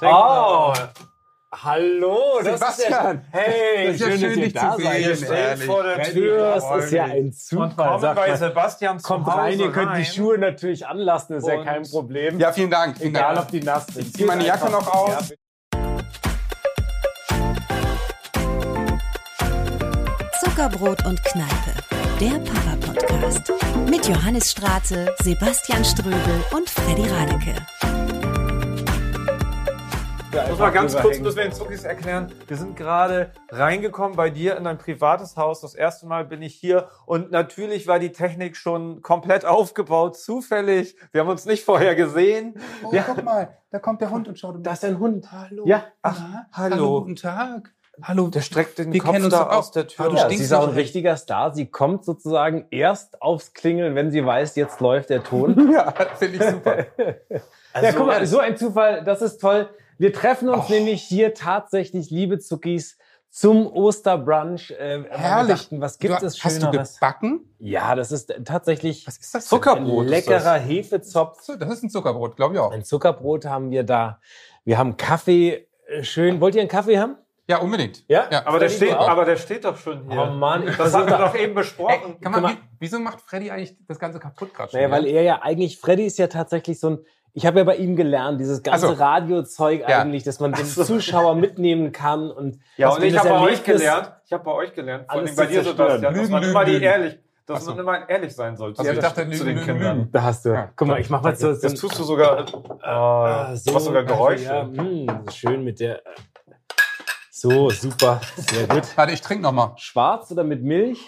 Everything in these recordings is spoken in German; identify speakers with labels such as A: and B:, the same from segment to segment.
A: Denk
B: Oh,
A: mal.
B: hallo, das
C: Sebastian.
B: ist ja, hey,
C: Das ist ja schön, dich zu sehen,
B: Ihr steht
C: ehrlich.
B: vor der
C: Mensch,
B: Tür.
C: Mensch.
B: Es
C: Freundlich.
B: ist ja ein
A: Und
B: Zufall,
A: kommen
B: sagt
A: bei
B: man.
A: Sebastian zu
B: Kommt
A: Hause
B: rein, ihr könnt
A: rein.
B: die Schuhe natürlich anlassen, ist ja
A: Und-
B: kein Problem.
C: Ja, vielen Dank. Vielen
B: Egal,
C: Dank.
B: ob die nass sind. Ich
C: zieh meine Jacke noch aus.
D: Zuckerbrot und Kneipe, der Papa-Podcast. Mit Johannes Straße, Sebastian Ströbel und Freddy Radeke.
A: Muss mal ganz kurz, müssen wir den Zuckis erklären. Wir sind gerade reingekommen bei dir in dein privates Haus. Das erste Mal bin ich hier und natürlich war die Technik schon komplett aufgebaut, zufällig. Wir haben uns nicht vorher gesehen.
C: Oh,
A: Ja.
C: guck mal, da kommt der Hund und schaut um.
B: Das ist ein Hund. Ah,
C: Hallo.
B: Ja.
A: Ach,
C: Na,
A: hallo.
C: Guten Tag. Hallo.
A: Der streckt den
C: Wir
A: Kopf
C: kennen uns
A: da
C: doch auch.
A: aus der Tür.
C: Ah, du
A: raus.
B: Ja,
C: stinkst
B: sie ist auch ein
C: nicht.
B: richtiger Star. Sie kommt sozusagen erst aufs Klingeln, wenn sie weiß, jetzt läuft der Ton.
C: Ja, finde ich super. Also
B: ja, guck mal, so ein Zufall, das ist toll. Wir treffen uns nämlich hier tatsächlich, liebe Zuckis, zum Osterbrunch. Äh, weil wir
C: Herrlich.
B: dachten, was gibt
C: du,
B: es
C: hast du
B: Schöneres?
C: gebacken?
B: Ja, das ist tatsächlich
C: Was ist das? denn?
A: Zucker-
B: ein
A: Brot ist
B: leckerer Hefezopf.
C: So, Das ist ein Zuckerbrot, glaube ich auch.
B: Ein Zuckerbrot haben wir da. Wir haben Kaffee. äh, Schön. Wollt ihr einen Kaffee haben?
C: Ja, unbedingt.
B: Ja?
C: ja.
A: aber, der
B: Freddy,
A: steht,
B: du auch?
A: aber der steht doch schon hier.
B: Oh Mann, ich
A: das haben
B: versuche
A: wir doch eben besprochen.
C: Ey, Also, kann man,
B: guck mal.
C: wie- Wieso macht Freddy eigentlich das Ganze kaputt gerade schon?
B: Naja, weil
C: wieder?
B: er ja eigentlich, Freddy ist ja tatsächlich so ein, ich habe ja bei ihm gelernt, dieses ganze
C: Ach so.
B: Radiozeug
C: Ja.
B: eigentlich, dass man den Zuschauer mitnehmen kann und
A: Ja,
B: dass
A: und
B: man
A: ich
B: das
A: habe bei euch
B: Erlebnis-
A: gelernt, ich habe bei euch gelernt, vor
C: Also
B: Alles
A: allem bei dir,
B: zu
A: Sebastian,
B: zerstören.
A: dass man
C: Lügen,
A: immer die
C: Lügen.
A: ehrlich, dass
C: Ach so.
A: man immer ehrlich sein sollte.
C: Also ich
A: das-
C: dachte,
A: zu
C: Lügen,
A: den
C: Lügen,
A: Kindern.
C: Lügen.
B: Da hast du.
C: Ja.
B: Guck mal, ich mache mal so, so
A: Jetzt tust du sogar,
C: Ah,
A: äh,
B: so
A: du machst sogar Geräusche.
B: Ja, mh, schön mit der. So, super, sehr gut.
C: Warte, ich trinke nochmal.
B: Schwarz oder mit Milch?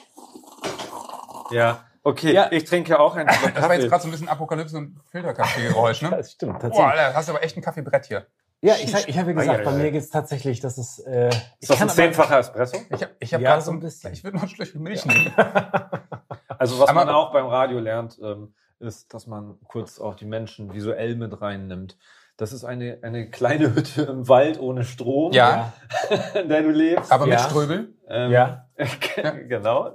A: Ja, okay.
B: Ja.
A: Ich trinke auch einen Schluck
C: Das war jetzt
A: Kaffee.
C: gerade so ein bisschen Apokalypse und Filterkaffee-Geräusch,
A: Hm?
C: ne?
B: Das stimmt,
C: Boah,
B: tatsächlich.
C: Alter, hast du aber echt ein Kaffeebrett hier.
B: Ja, ich, sag- ich habe ja gesagt,
A: Ei, ei,
B: bei
A: ei.
B: mir geht's tatsächlich, das ist. Äh, ich
A: Ist das ein
B: kann aber-
A: zehnfacher Espresso?
C: Ich habe ich hab
B: Ja,
C: gerade
B: so
C: so
B: ein
C: ein
B: bisschen.
C: Ich würde noch einen Schlüssel Milch nehmen.
A: Also was
C: Aber-
A: man auch beim Radio lernt, ähm, ist, dass man kurz auch die Menschen visuell mit reinnimmt. Das ist eine, eine kleine Hütte im Wald ohne Strom,
C: Ja.
A: in der du lebst.
C: Aber mit
B: Ja.
C: Ströbel.
A: Ähm,
B: Ja.
A: genau.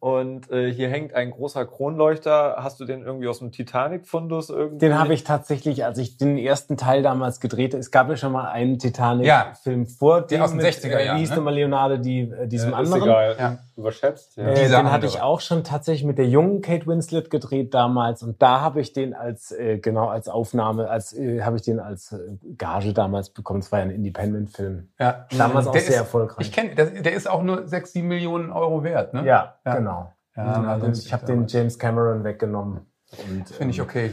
A: Und äh, hier hängt ein großer Kronleuchter. Hast du den irgendwie aus dem Titanic-Fundus irgendwie?
B: Den habe ich tatsächlich, als ich den ersten Teil damals gedreht habe, es gab ja schon mal einen Titanic-Film vor, dem
C: aus den
B: mit,
C: 60er
B: äh,
C: Jahren,
B: wie hieß
C: ne?
B: ne? mal Leonardo, die, äh, diesem
A: Äh,
B: anderen.
A: Ist egal.
C: Ja.
A: Überschätzt. Ja.
B: Äh,
C: Dieser
B: den hatte
C: andere.
B: ich auch schon tatsächlich mit der jungen Kate Winslet gedreht damals und da habe ich den als äh, genau als Aufnahme als äh, habe ich den als äh, Gage damals bekommen. Es war ja ein Independent-Film.
C: Ja.
B: Damals auch
C: Mhm. Der
B: sehr
C: ist-
B: erfolgreich.
C: Ich kenne, der, der ist auch nur 6, 7 Millionen Euro wert, ne?
B: ja,
C: Ja.
B: genau.
C: Ja,
B: Den
C: war
B: anderen-
C: günstig
B: ich habe den
C: damals.
B: James Cameron weggenommen. Und,
C: Finde ich
B: ähm,
C: okay.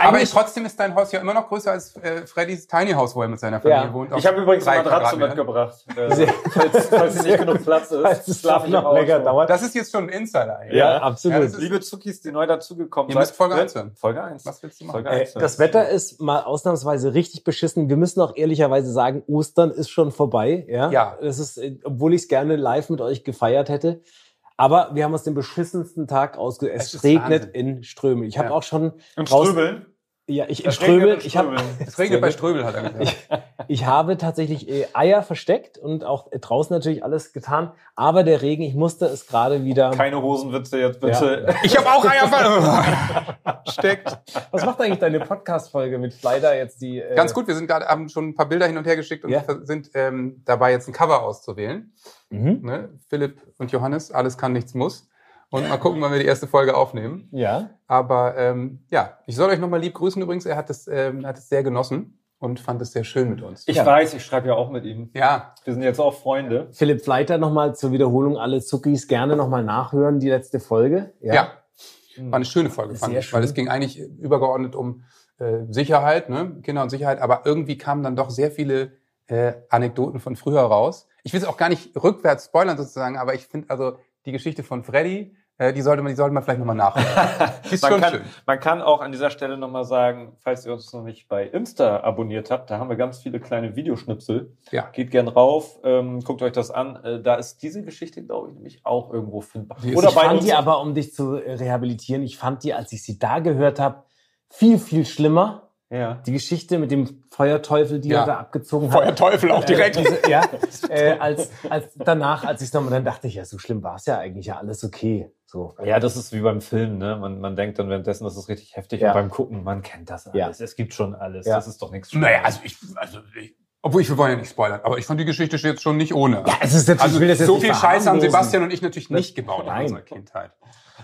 C: Aber
B: eigentlich-
C: ich, trotzdem ist dein Haus ja immer noch größer als äh, Freddys Tiny House, wo er mit seiner Familie
B: Ja.
C: wohnt.
A: Ich habe übrigens eine Matratze
C: mitgebracht.
A: mitgebracht. Äh, falls, falls hier
B: Sehr
A: nicht genug
B: gut.
A: Platz ist,
B: Falls es
A: schlafe ich
B: noch
A: im Auto.
B: länger dauert.
C: Das ist jetzt schon ein Insider eigentlich.
B: ja,
A: Ja,
B: absolut.
C: ja, das ist-
A: Liebe Zuckis, die neu dazugekommen
C: Ihr
A: seid.
C: müsst Folge
A: ne?
C: eins hören.
A: Folge 1.
C: Was willst du machen?
A: Folge
B: Ey,
A: eins hören.
B: Äh, das Wetter ist mal ausnahmsweise richtig beschissen. Wir müssen auch ehrlicherweise sagen, Ostern ist schon vorbei. Ja.
C: Ja.
B: Das ist, äh, obwohl ich es gerne live mit euch gefeiert hätte. Aber wir haben uns den beschissensten Tag ausge. Es,
C: Es ist
B: regnet
C: Wahnsinn.
B: in Strömen. Ich habe
C: Ja.
B: auch schon
A: Im
B: draußen-
A: Ströbeln.
B: ja, ich in
A: Es regnet
B: Ströme.
A: in
B: Ich habe
A: Ströbeln.
C: Es regnet bei Ströbel, hat er gesagt.
B: ich habe tatsächlich äh, Eier versteckt und auch äh, draußen natürlich alles getan. Aber der Regen, ich musste es gerade wieder.
A: Keine Hosenwitze jetzt bitte.
C: Ich habe auch Eier ver- steckt.
B: Was macht eigentlich deine Podcast-Folge mit Fleider jetzt die? Äh,
C: Ganz gut, wir sind gerade haben schon ein paar Bilder hin und her geschickt und
B: Ja.
C: vers- sind ähm, dabei, jetzt ein Cover auszuwählen.
B: Mhm.
C: Ne? Philipp und Johannes, alles kann, nichts muss. Und mal gucken, wann wir die erste Folge aufnehmen.
B: Ja.
C: Aber ähm, ja, ich soll euch nochmal lieb grüßen übrigens. Er hat es, ähm, hat es sehr genossen und fand es sehr schön mit uns.
A: Ich
B: Ja.
A: weiß, ich schreibe ja auch mit ihm.
C: ja,
A: Wir sind jetzt auch Freunde.
B: Philipp Fleiter nochmal zur Wiederholung. Alle Zuckis gerne nochmal nachhören, die letzte Folge.
C: ja, war
A: Hm.
C: eine schöne Folge, fand
B: Sehr
C: ich. Weil
B: schön.
C: es ging eigentlich übergeordnet um äh, Sicherheit, ne? Kinder und Sicherheit. Aber irgendwie kamen dann doch sehr viele äh, Anekdoten von früher raus. Ich will es auch gar nicht rückwärts spoilern sozusagen, aber ich finde also die Geschichte von Freddy, äh, die sollte man, die sollte man vielleicht nochmal nachhören. die ist
A: Man
C: schon
A: kann,
C: schön.
A: man kann auch an dieser Stelle nochmal sagen, falls ihr uns noch nicht bei Insta abonniert habt, da haben wir ganz viele kleine Videoschnipsel.
C: Ja.
A: Geht gern rauf, ähm, guckt euch das an. Äh, da ist diese Geschichte, glaube ich, nämlich auch irgendwo findbar.
C: Die ist-
A: Oder
B: ich
A: bei
B: fand
A: uns.
B: die aber, um dich zu äh, rehabilitieren, ich fand die, als ich sie da gehört habe, viel, viel schlimmer
A: Ja.
B: Die Geschichte mit dem Feuerteufel, die
C: Ja.
B: er da abgezogen hat.
C: Feuerteufel auch direkt.
B: Äh, diese, ja, äh, als, als danach, als ich es nochmal, dann dachte ich, ja, so schlimm war es ja eigentlich, ja, alles okay. So.
A: Ja, das ist wie beim Film, ne? Man, man denkt dann währenddessen, das ist richtig heftig.
B: Ja.
A: Und beim Gucken, man kennt das
B: Ja.
A: alles. Es gibt schon alles.
B: Ja.
A: Das ist doch nichts
C: Naja, also ich, also ich, obwohl ich wir wollen ja nicht spoilern, aber ich fand die Geschichte jetzt schon nicht ohne.
B: es ist jetzt,
C: also so viel Scheiß haben
B: verharmlosen.
C: Sebastian und ich natürlich nicht gebaut in
B: Nein.
C: unserer Kindheit.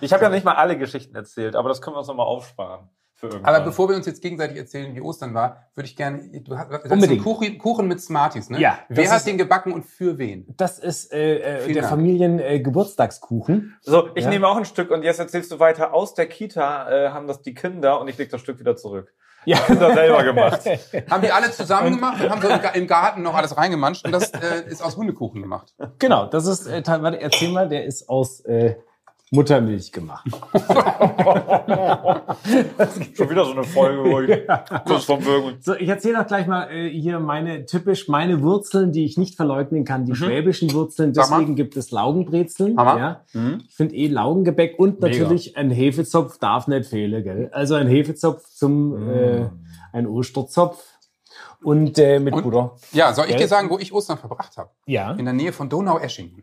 A: Ich habe ja nicht mal alle Geschichten erzählt, aber das können wir uns nochmal aufsparen. Für irgendwann.
C: Aber bevor wir uns jetzt gegenseitig erzählen, wie Ostern war, würde ich gerne, du hast, du hast einen
B: Unbedingt.
C: Kuchen, Kuchen mit Smarties, ne?
B: Ja,
C: Wer
B: das
C: hat
B: ist-
C: den gebacken und für wen?
B: Das ist äh, äh,
C: Vielen
B: der
C: Dank.
B: Familiengeburtstagskuchen. Äh, Geburtstagskuchen.
A: So, ich
B: Ja.
A: nehme auch ein Stück und jetzt erzählst du weiter. Aus der Kita äh, haben das die Kinder und ich leg das Stück wieder zurück.
B: ja,
A: Kinder selber gemacht.
C: Haben die alle zusammen gemacht und haben so im Ga- im Garten noch alles reingemanscht und das äh, ist aus Hundekuchen gemacht.
B: genau, das ist, äh, teil- warte, erzähl mal, der ist aus äh, Muttermilch gemacht.
A: Schon wieder so eine Folge, wo ich kurz vom Würgen.
B: So, ich erzähle doch gleich mal äh, hier meine typisch meine Wurzeln, die ich nicht verleugnen kann, die schwäbischen Wurzeln.
C: Sag mal.
B: Deswegen gibt es Laugenbrezeln.
C: Hammer.
B: Ja.
C: Mhm.
B: Ich finde eh Laugengebäck und
A: Mega.
B: natürlich ein Hefezopf darf nicht fehlen, gell? Also ein Hefezopf zum äh, ein Osterzopf und äh, mit
C: Und-
B: Butter.
C: Ja, soll ich
B: Ja.
C: dir sagen, wo ich Ostern verbracht habe?
B: Ja.
C: In der Nähe von Donau-Eschingen.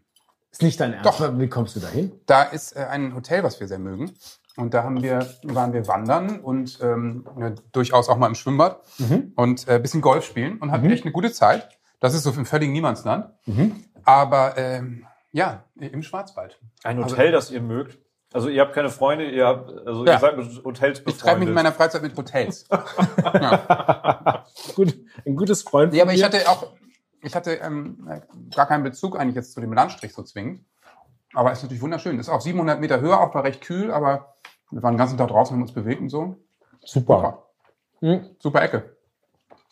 B: Ist nicht dein Ernst.
C: Doch.
B: Wie kommst du dahin?
C: da ist äh, ein Hotel, was wir sehr mögen. Und da haben wir, waren wir wandern und ähm, ja, durchaus auch mal im Schwimmbad
B: Mhm.
C: und äh, ein bisschen Golf spielen und hatten
B: Mhm.
C: echt eine gute Zeit. Das ist so im völligen Niemandsland.
B: Mhm.
C: Aber ähm, ja, im Schwarzwald.
A: Ein Hotel, das ihr mögt. Also ihr habt keine Freunde, ihr habt, also
C: Ja.
A: ihr seid mit Hotels
C: Ich treibe mich in
A: befreundet.
C: meiner Freizeit mit Hotels. ja.
B: Gut, ein gutes Freund.
C: Nee, aber
B: von
C: ich
B: mir.
C: hatte auch, ich hatte ähm, gar keinen Bezug eigentlich jetzt zu dem Landstrich so zwingend. Aber ist natürlich wunderschön. Ist auch 700 Meter höher, auch war recht kühl, aber wir waren den ganzen Tag draußen, haben uns bewegt und so.
B: super. Mhm.
C: Super Ecke.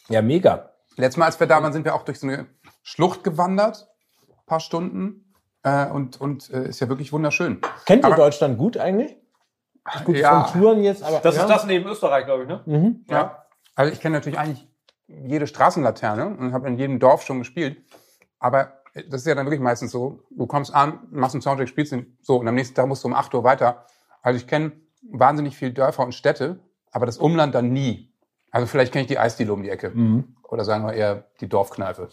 B: Ja, mega.
C: Letztes Mal, als wir da waren, sind wir auch durch so eine Schlucht gewandert, ein paar Stunden. Äh, und und äh, ist ja wirklich wunderschön.
B: Kennt ihr
C: Aber-
B: Deutschland gut eigentlich? Gut
C: ja.
B: von Touren jetzt, aber
A: Das
B: ja.
A: ist das neben Österreich, glaube ich, ne?
B: Mhm.
C: Ja. Also ich kenne natürlich eigentlich jede Straßenlaterne und habe in jedem Dorf schon gespielt. Aber äh, das ist ja dann wirklich meistens so, du kommst an, machst einen Soundcheck, spielst ihn so und am nächsten Tag musst du um 8 Uhr weiter. Also ich kenne wahnsinnig viele Dörfer und Städte, aber das Umland dann nie. Also vielleicht kenne ich die Eisdiele um die Ecke.
B: Mhm.
C: Oder sagen wir eher die Dorfkneipe.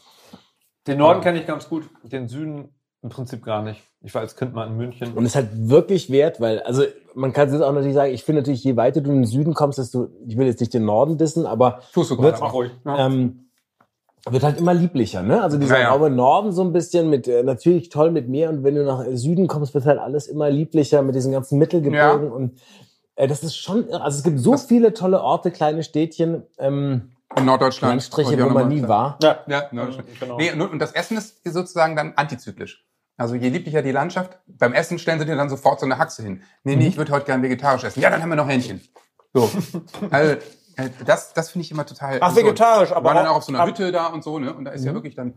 A: Den Norden kenne ich ganz gut, den Süden im Prinzip gar nicht. Ich war als Kind mal in München.
B: Und es ist halt wirklich wert, weil, also man kann es jetzt auch natürlich sagen, ich finde natürlich, je weiter du in den Süden kommst, desto, ich will jetzt nicht den Norden dissen, aber
C: Tust du
B: Wird's
C: gerade auch.
A: ruhig.
B: ähm, wird halt immer lieblicher, ne? Also dieser
C: Ja, ja.
B: raue Norden so ein bisschen mit, äh, natürlich toll mit Meer und wenn du nach Süden kommst, wird halt alles immer lieblicher mit diesen ganzen Mittelgebirgen und äh, das ist schon, irre. also es gibt so viele tolle Orte, kleine Städtchen, ähm,
C: In Norddeutschland.
B: Landstriche,
C: Wollte ich
B: wo
C: auch
B: man
C: noch mal
B: nie
C: sagen.
B: war.
A: Ja,
C: Ja, ne,
A: Ähm, genau.
C: nee, und und das Essen ist sozusagen dann antizyklisch. Also je lieblicher die Landschaft, beim Essen stellen sie dir dann sofort so eine Haxe hin. Nee,
A: Mhm.
C: nee, ich würde heute gern vegetarisch essen. Ja, dann haben wir noch Hähnchen. So. Also, äh, das, das finde ich immer total.
A: Ach, vegetarisch, aber
C: Wir waren dann
A: auch- Mhm.
C: auch auf so einer
A: ab-
C: Hütte da und so, ne? Und da ist ja wirklich dann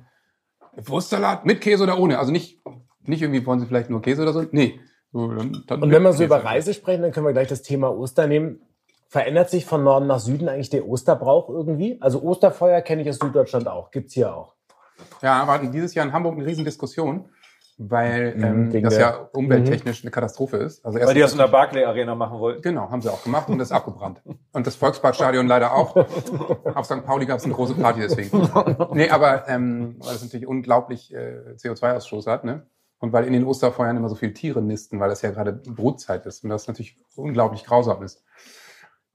C: Wurstsalat mit Käse oder ohne. Also nicht, nicht irgendwie wollen sie vielleicht nur Käse oder so. Nee. So, dann, dann
B: Und
C: mit
B: wenn wir so
C: Käse.
B: über Reise sprechen, dann können wir gleich das Thema Ostern nehmen. Verändert sich von Norden nach Süden eigentlich der Osterbrauch irgendwie? Also Osterfeuer kenne ich aus Süddeutschland auch, gibt's hier auch.
C: Ja, war dieses Jahr in Hamburg eine Riesendiskussion, weil
B: Mhm,
C: ähm,
B: wegen
C: das
B: der-
C: ja umwelttechnisch eine Katastrophe ist. Also
A: Weil die das
C: erstens-
A: in der Barclay Arena machen wollten.
C: Genau, haben sie auch gemacht und ist abgebrannt. Und das Volksbadstadion leider auch. Auf St. Pauli gab es eine große Party deswegen. Nee, aber ähm, weil das natürlich unglaublich äh, CO2-Ausstoß hat, ne? Und weil in den Osterfeuern immer so viele Tiere nisten, weil das ja gerade Brutzeit ist und das natürlich unglaublich grausam ist.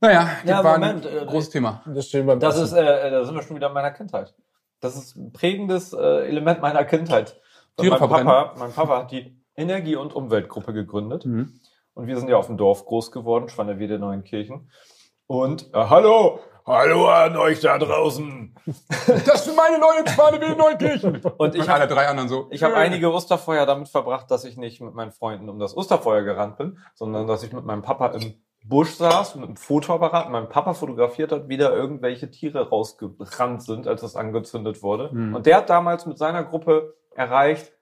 C: Naja, das
A: Ja,
C: war
A: Moment, äh,
C: ein großes Thema.
B: Das ist schön beim
A: Das
B: Essen.
A: ist, äh, da sind wir schon wieder in meiner Kindheit. Das ist ein prägendes äh, Element meiner Kindheit.
C: Tiere
A: mein,
C: verbrennen.
A: Papa, mein Papa hat die Energie- und Umweltgruppe gegründet.
C: Mhm.
A: Und wir sind ja auf dem Dorf groß geworden, Schwanewede Neuenkirchen. Und äh, hallo! Hallo an euch da draußen!
C: Das sind meine Leute in Schwanewil Neukirchen.
A: Und ich
C: Und
A: hab-
C: alle drei anderen so.
A: Ich habe einige Osterfeuer damit verbracht, dass ich nicht mit meinen Freunden um das Osterfeuer gerannt bin, sondern dass ich mit meinem Papa im Busch saß, mit einem Fotoapparat, und mein Papa fotografiert hat, wie da irgendwelche Tiere rausgerannt sind, als es angezündet wurde.
C: Hm.
A: Und der hat damals mit seiner Gruppe erreicht,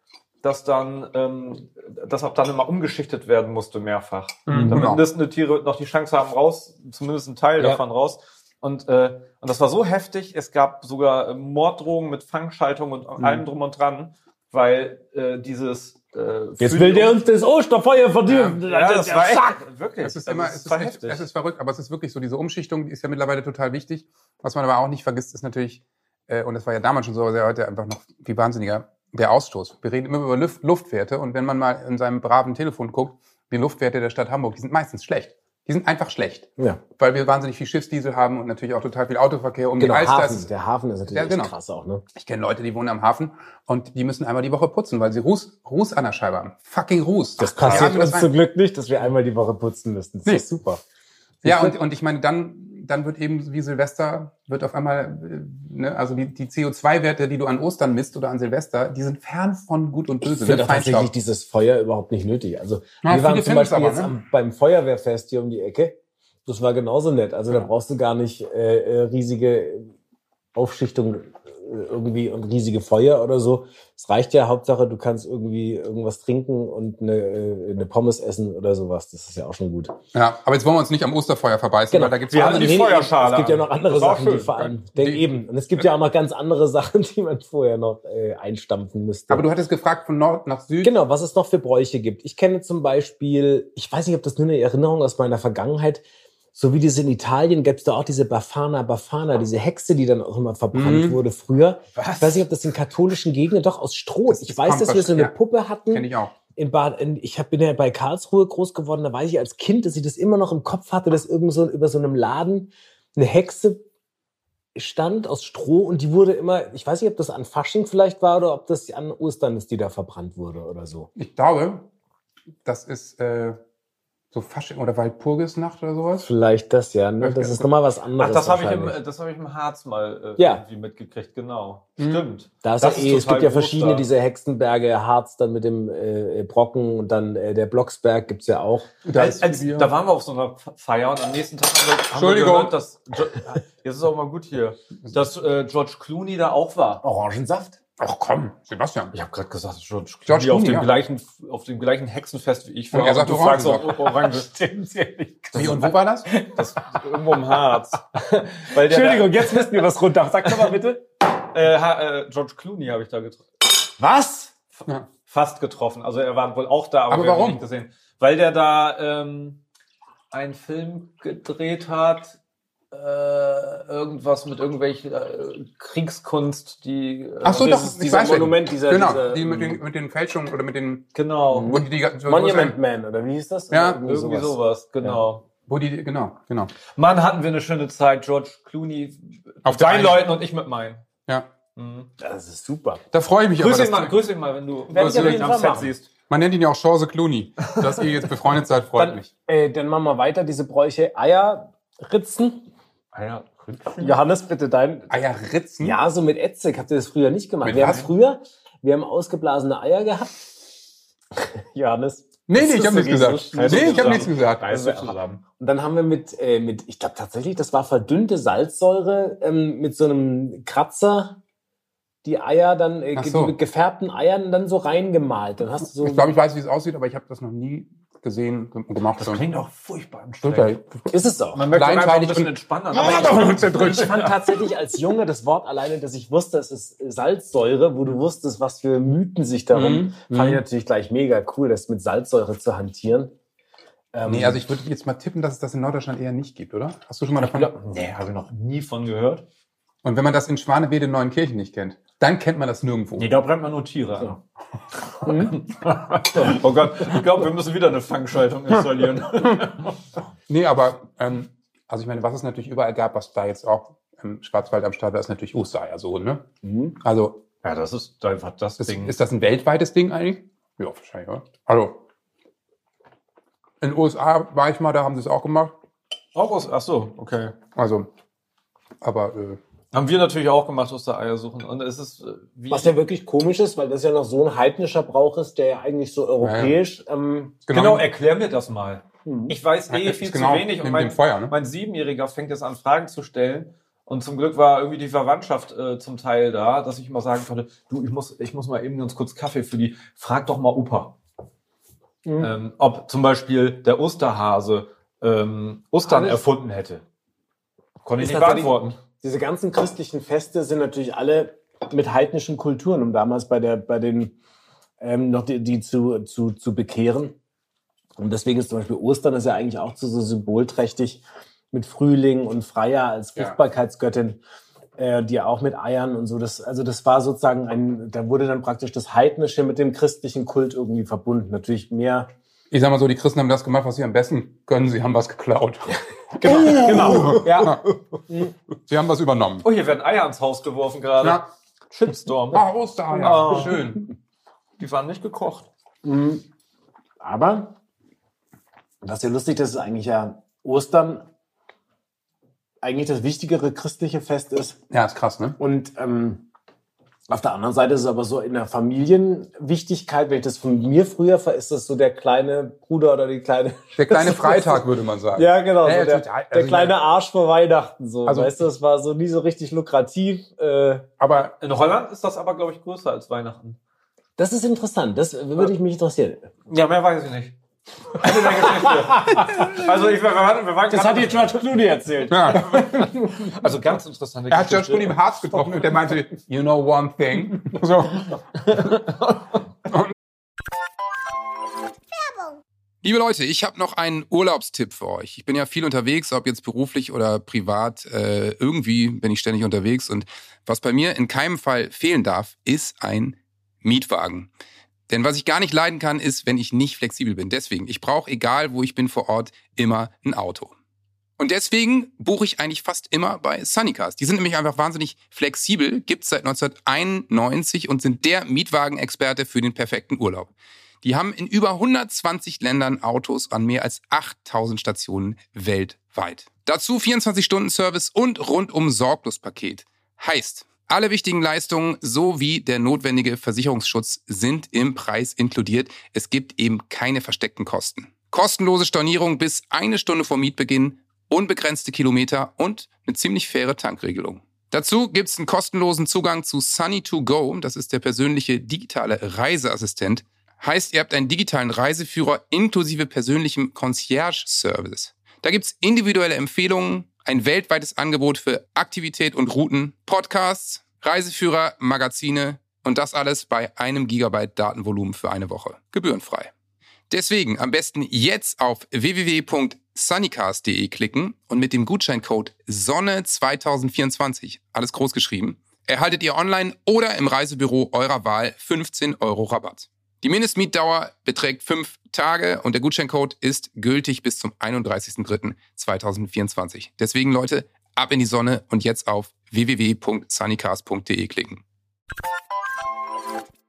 A: dass dann, ähm, dass auch dann immer umgeschichtet werden musste, mehrfach.
C: Mhm,
A: Damit
C: genau.
A: listende Tiere noch die Chance haben, raus, zumindest ein Teil
B: Ja.
A: davon raus. Und, äh,
C: Hm.
A: und das war so heftig, es gab sogar äh, Morddrohungen mit Fangschaltung und allem drum und dran weil äh, dieses äh,
B: Jetzt will der uns das Osterfeuer verdienen.
A: ja, das war echt, wirklich.
C: Es ist
B: Also
C: immer, es ist, echt, es ist verrückt, aber es ist wirklich so, diese Umschichtung, die ist ja mittlerweile total wichtig. Was man aber auch nicht vergisst, ist natürlich, äh, und das war ja damals schon so, aber sehr heute einfach noch viel wahnsinniger, der Ausstoß. Wir reden immer über Luf- Luftwerte und wenn man mal in seinem braven Telefon guckt, die Luftwerte der Stadt Hamburg, die sind meistens schlecht. Die sind einfach schlecht,
B: Ja.
C: weil wir wahnsinnig viel Schiffsdiesel haben und natürlich auch total viel Autoverkehr um
B: Genau,
C: die Alster.
B: Hafen. Der Hafen ist natürlich
C: Ja, genau.
B: echt krass auch, ne?
C: Ich kenne Leute, die wohnen am Hafen und die müssen einmal die Woche putzen, weil sie Ruß, Ruß an der Scheibe haben. Fucking Ruß.
B: Das
C: Die atmen
B: passiert
C: das
B: uns
C: ein.
B: zum Glück nicht, dass wir einmal die Woche putzen müssen. Das
C: Nee.
B: ist super.
C: Ja, und, und ich meine, dann, dann wird eben wie Silvester, wird auf einmal, äh, ne, also die, die CO2-Werte, die du an Ostern misst oder an Silvester, die sind fern von gut und
B: Ich
C: böse.
B: finde
C: ne?
B: auch tatsächlich
C: Feinstaub.
B: dieses Feuer überhaupt nicht nötig. Also
C: Ja,
B: wir waren zum
C: viele finden es
B: Beispiel
C: aber,
B: jetzt
C: ne?
B: am, beim Feuerwehrfest hier um die Ecke. Das war genauso nett. Also da brauchst du gar nicht äh, äh, riesige Aufschichtung äh, irgendwie und riesige Feuer oder so. Es reicht ja Hauptsache, du kannst irgendwie irgendwas trinken und eine, äh, eine Pommes essen oder sowas. Das ist ja auch schon gut.
C: Ja, aber jetzt wollen wir uns nicht am Osterfeuer verbeißen,
B: Genau.
C: weil da gibt's
A: Wir
C: auch
A: haben die
B: Nee, nee,
A: Feuerschale
B: Es gibt ja
A: an.
B: noch andere
A: Das ist auch
B: Sachen, die
A: schön.
B: vor allem.
C: Die-
B: eben. Und es gibt ja auch noch ganz andere Sachen, die man vorher noch äh, einstampfen müsste.
C: Aber du hattest gefragt von Nord nach Süd.
B: Genau, was es noch für Bräuche gibt. Ich kenne zum Beispiel, ich weiß nicht, ob das nur eine Erinnerung aus meiner Vergangenheit, so wie das in Italien gibt's da auch diese Bafana Bafana, diese Hexe, die dann auch immer verbrannt
C: Mhm.
B: wurde früher.
C: Was?
B: Ich weiß nicht, ob das in katholischen Gegenden doch aus Stroh.
C: Das
B: ist. ich
C: ist
B: weiß, dass wir
C: Pampas,
B: so eine
C: ja.
B: Puppe
C: Kenne
B: hatten.
C: ich auch.
B: In Bad, in, ich hab, bin ja bei Karlsruhe groß geworden, da weiß ich als Kind, dass ich das immer noch im Kopf hatte, dass irgend so über so einem Laden eine Hexe stand aus Stroh und die wurde immer, ich weiß nicht, ob das an Fasching vielleicht war oder ob das an Ostern ist, die da verbrannt wurde oder so.
C: Ich glaube, das ist äh, so Fasching oder Walpurgisnacht oder sowas.
B: Vielleicht das, ja. Ne? Das ist nochmal was anderes.
A: Ach, das habe ich, im,
B: wahrscheinlich.
A: äh, das hab ich im Harz mal äh,
B: Ja.
A: irgendwie mitgekriegt, genau.
C: Mhm.
A: Stimmt.
B: Da ist
A: das
B: ja
A: ist
B: eh, es
A: total
B: gibt ja
A: groß
B: verschiedene,
A: da.
B: diese Hexenberge, äh, Harz dann mit dem äh, Brocken und dann äh, der Blocksberg gibt's ja auch.
C: Da
A: als, als,
C: Bier.
A: da waren wir auf so einer F- Feier und am nächsten Tag haben wir, haben wir
C: Entschuldigung.
A: gehört, dass Jo- jetzt ist auch mal gut hier, dass äh, George Clooney da auch war.
B: Orangensaft?
C: Ach komm, Sebastian.
A: Ich habe gerade gesagt, dass George Clooney,
C: George
A: auf
C: Clooney,
A: dem
C: ja.
A: gleichen auf dem gleichen Hexenfest wie ich
C: Und
A: war.
C: er sagt
A: du
C: Orange.
A: fragst auch Orange.
B: Stimmt's ja nicht.
C: Wie und wo war das?
A: Das irgendwo im Harz. Weil der
B: Entschuldigung, jetzt wissen wir was runter. Sag nochmal bitte.
A: Da, äh, ha, äh, George Clooney habe ich da getroffen.
B: Was?
C: Ja.
A: fast getroffen. Also er war wohl auch da, aber,
C: Aber
A: wir haben ihn
C: warum?
A: nicht gesehen. Weil der da ähm, einen Film gedreht hat, äh, irgendwas mit irgendwelchen äh, Kriegskunst, die äh,
C: Ach so, doch,
B: Dieses-
C: ich
B: dieser
C: weiß welchen.
B: Monument, dieser-
C: Genau,
B: dieser,
C: die mit den, Mhm.
B: ähm,
C: mit den Fälschungen oder mit den,
A: genau.
C: wo die, die, wo- wo-
B: Monument Man, oder wie hieß das?
C: Ja,
B: Oder irgendwie
A: Irgendwie
B: sowas.
A: sowas, genau.
C: Wo die, genau, genau.
A: Mann, hatten wir eine schöne Zeit, George Clooney
C: Auf
A: mit deinen
C: der einen-
A: Leuten und ich mit meinen.
C: Ja.
A: Mhm.
B: Das ist super.
C: Da freue ich mich
A: Grüß
C: aber.
A: ihn
C: dass-
A: mal, grüß ihn mal, wenn du
B: Werd ich auf
A: ihn
B: jeden
A: am
B: Fall
A: Set
B: machen.
A: siehst.
C: Man nennt ihn ja auch Chance Clooney. Dass ihr jetzt befreundet seid, freut
B: Dann,
C: mich.
B: äh, dann machen wir weiter diese Bräuche. Eier ritzen.
A: Ah ja,
B: Johannes, bitte dein,
C: Eier ritzen?
B: Ah Ja, so mit Etzek habt ihr das früher nicht gemacht.
C: Mit
B: wir haben
C: was?
B: früher, wir haben ausgeblasene Eier gehabt. Johannes.
C: Nee, nee,
B: Das
C: ich
B: ist
C: habe nichts
B: wirklich
C: gesagt.
B: so schlimm.
C: nee, ich habe nichts gesagt.
A: Reißt du zusammen.
B: Also Und dann haben wir mit, äh, mit ich glaube tatsächlich, das war verdünnte Salzsäure ähm, mit so einem Kratzer die Eier dann, äh,
C: Ach
B: ge-
C: so.
B: die mit gefärbten Eiern dann so reingemalt. Dann hast du so.
C: Ich glaube, ich weiß, wie es aussieht, aber ich habe das noch nie gesehen und gemacht.
A: Das klingt auch furchtbar anstrengend.
C: total.
B: ist es auch.
A: Man möchte doch einfach ein
C: Kleinteilig
A: bisschen
C: und-
A: entspannen.
B: Ich fand tatsächlich als Junge das Wort alleine, dass ich wusste, es ist Salzsäure, wo du wusstest, was für Mythen sich darum.
C: Mhm.
B: Fand ich
C: Mhm.
B: natürlich gleich mega cool, das mit Salzsäure zu hantieren. Ähm,
C: Nee, also ich würde jetzt mal tippen, dass es das in Norddeutschland eher nicht gibt, oder? Hast du schon mal davon?
A: Nee, habe ich noch nie von gehört.
C: Und wenn man das in Schwanewede Neuenkirchen nicht kennt, dann kennt man das nirgendwo.
A: Nee, da brennt man nur Tiere an. oh Gott, ich glaube, wir müssen wieder eine Fangschaltung installieren.
C: Nee, aber ähm, also ich meine, was es natürlich überall gab, was da jetzt auch im Schwarzwald am Start war, ist natürlich Ostereier so, ne?
B: Mhm.
C: Also
A: ja, das ist einfach das
C: ist,
A: Ding.
C: ist das ein weltweites Ding eigentlich? Ja, wahrscheinlich, oder? Also in den USA war ich mal, da haben sie es auch gemacht.
A: auch aus, ach so, okay.
C: Also, aber äh,
A: Haben wir natürlich auch gemacht, aus der Eier suchen. Und es ist äh, wie.
B: Was ja wirklich komisch ist, weil das ja noch so ein heidnischer Brauch ist, der ja eigentlich so europäisch. Ähm, hm.
A: genau, erklär mir das mal. Ich weiß
C: Ja,
A: eh
C: ist
A: viel
C: genau
A: zu wenig. Und
C: neben
A: mein,
C: dem Feuer, ne?
A: mein Siebenjähriger fängt jetzt an, Fragen zu stellen. Und zum Glück war irgendwie die Verwandtschaft äh, zum Teil da, dass ich immer sagen konnte, du, ich muss, ich muss mal eben ganz kurz Kaffee für die. Frag doch mal Opa. Ähm, ob zum Beispiel der Osterhase ähm, Ostern
B: Hab ich-
A: erfunden hätte. Konnte ich
B: Ist
A: nicht
B: tatsächlich-
A: beantworten.
B: diese ganzen christlichen Feste sind natürlich alle mit heidnischen Kulturen, um damals bei der, bei den ähm, noch die, die zu, zu, zu bekehren. Und deswegen ist zum Beispiel Ostern ist ja eigentlich auch so, so symbolträchtig mit Frühling und Freya als
C: Ja.
B: Fruchtbarkeitsgöttin, äh, die auch mit Eiern und so. Das, also das war sozusagen ein, da wurde dann praktisch das Heidnische mit dem christlichen Kult irgendwie verbunden. Natürlich mehr
C: Ich sag mal so, die Christen haben das gemacht, was sie am besten können. Sie haben was geklaut.
A: Genau.
B: Ja,
C: Sie haben was übernommen.
A: Oh, hier werden Eier ins Haus geworfen gerade.
C: Ja.
A: Shitstorm.
C: Ah, Ostern, ja.
A: Oh.
C: schön.
A: Die waren nicht gekocht.
B: Mhm. aber das ist ja lustig, dass es eigentlich ja Ostern eigentlich das wichtigere christliche Fest ist.
C: Ja, ist krass, ne?
B: Und ähm, auf der anderen Seite ist es aber so in der Familienwichtigkeit, wenn ich das von mir früher ver, ist das so der kleine Bruder oder die kleine.
C: Der kleine Freitag, würde man sagen.
B: Ja, genau.
C: Ja,
B: so der,
C: total.
B: der
C: Also,
B: kleine Arsch vor Weihnachten. So.
C: Also-
B: weißt du, das war so nie so richtig lukrativ. Äh,
C: Aber
A: In Holland ist das aber, glaube ich, größer als Weihnachten.
B: das ist interessant. Das würde ich mich interessieren.
A: Ja, mehr weiß ich nicht. Also in der Geschichte. also ich, wir waren, wir waren
B: Das hat
A: gerade-
B: dir George Clooney erzählt.
C: ja,
A: also ganz interessante
C: er hat George
A: Geschichte.
C: Clooney im Harz getroffen und der meinte, you know one thing. So. Liebe Leute, ich habe noch einen Urlaubstipp für euch. Ich bin ja viel unterwegs, ob jetzt beruflich oder privat. Äh, irgendwie bin ich ständig unterwegs. Und was bei mir in keinem Fall fehlen darf, ist ein Mietwagen. Denn was ich gar nicht leiden kann, ist, wenn ich nicht flexibel bin. Deswegen, ich brauche, egal wo ich bin vor Ort, immer ein Auto. Und deswegen buche ich eigentlich fast immer bei Sunnycars. Die sind nämlich einfach wahnsinnig flexibel, gibt's seit 1991 und sind der Mietwagenexperte für den perfekten Urlaub. Die haben in über 120 Ländern Autos an mehr als 8000 Stationen weltweit. Dazu 24-Stunden-Service und rundum sorglos Paket. Heißt, alle wichtigen Leistungen sowie der notwendige Versicherungsschutz sind im Preis inkludiert. Es gibt eben keine versteckten Kosten. Kostenlose Stornierung bis eine Stunde vor Mietbeginn, unbegrenzte Kilometer und eine ziemlich faire Tankregelung. Dazu gibt's einen kostenlosen Zugang zu Sunny2Go. Das ist der persönliche digitale Reiseassistent. Heißt, ihr habt einen digitalen Reiseführer inklusive persönlichem Concierge-Service. Da gibt's individuelle Empfehlungen, ein weltweites Angebot für Aktivität und Routen, Podcasts, Reiseführer, Magazine und das alles bei einem Gigabyte Datenvolumen für eine Woche. Gebührenfrei. Deswegen am besten jetzt auf www.sunnycast.de klicken und mit dem Gutscheincode Sonne2024, alles groß geschrieben, erhaltet ihr online oder im Reisebüro eurer Wahl 15 Euro Rabatt. Die Mindestmietdauer beträgt fünf Tage und der Gutscheincode ist gültig bis zum 31.03.2024. Deswegen Leute, ab in die Sonne und jetzt auf www.sunnycast.de klicken.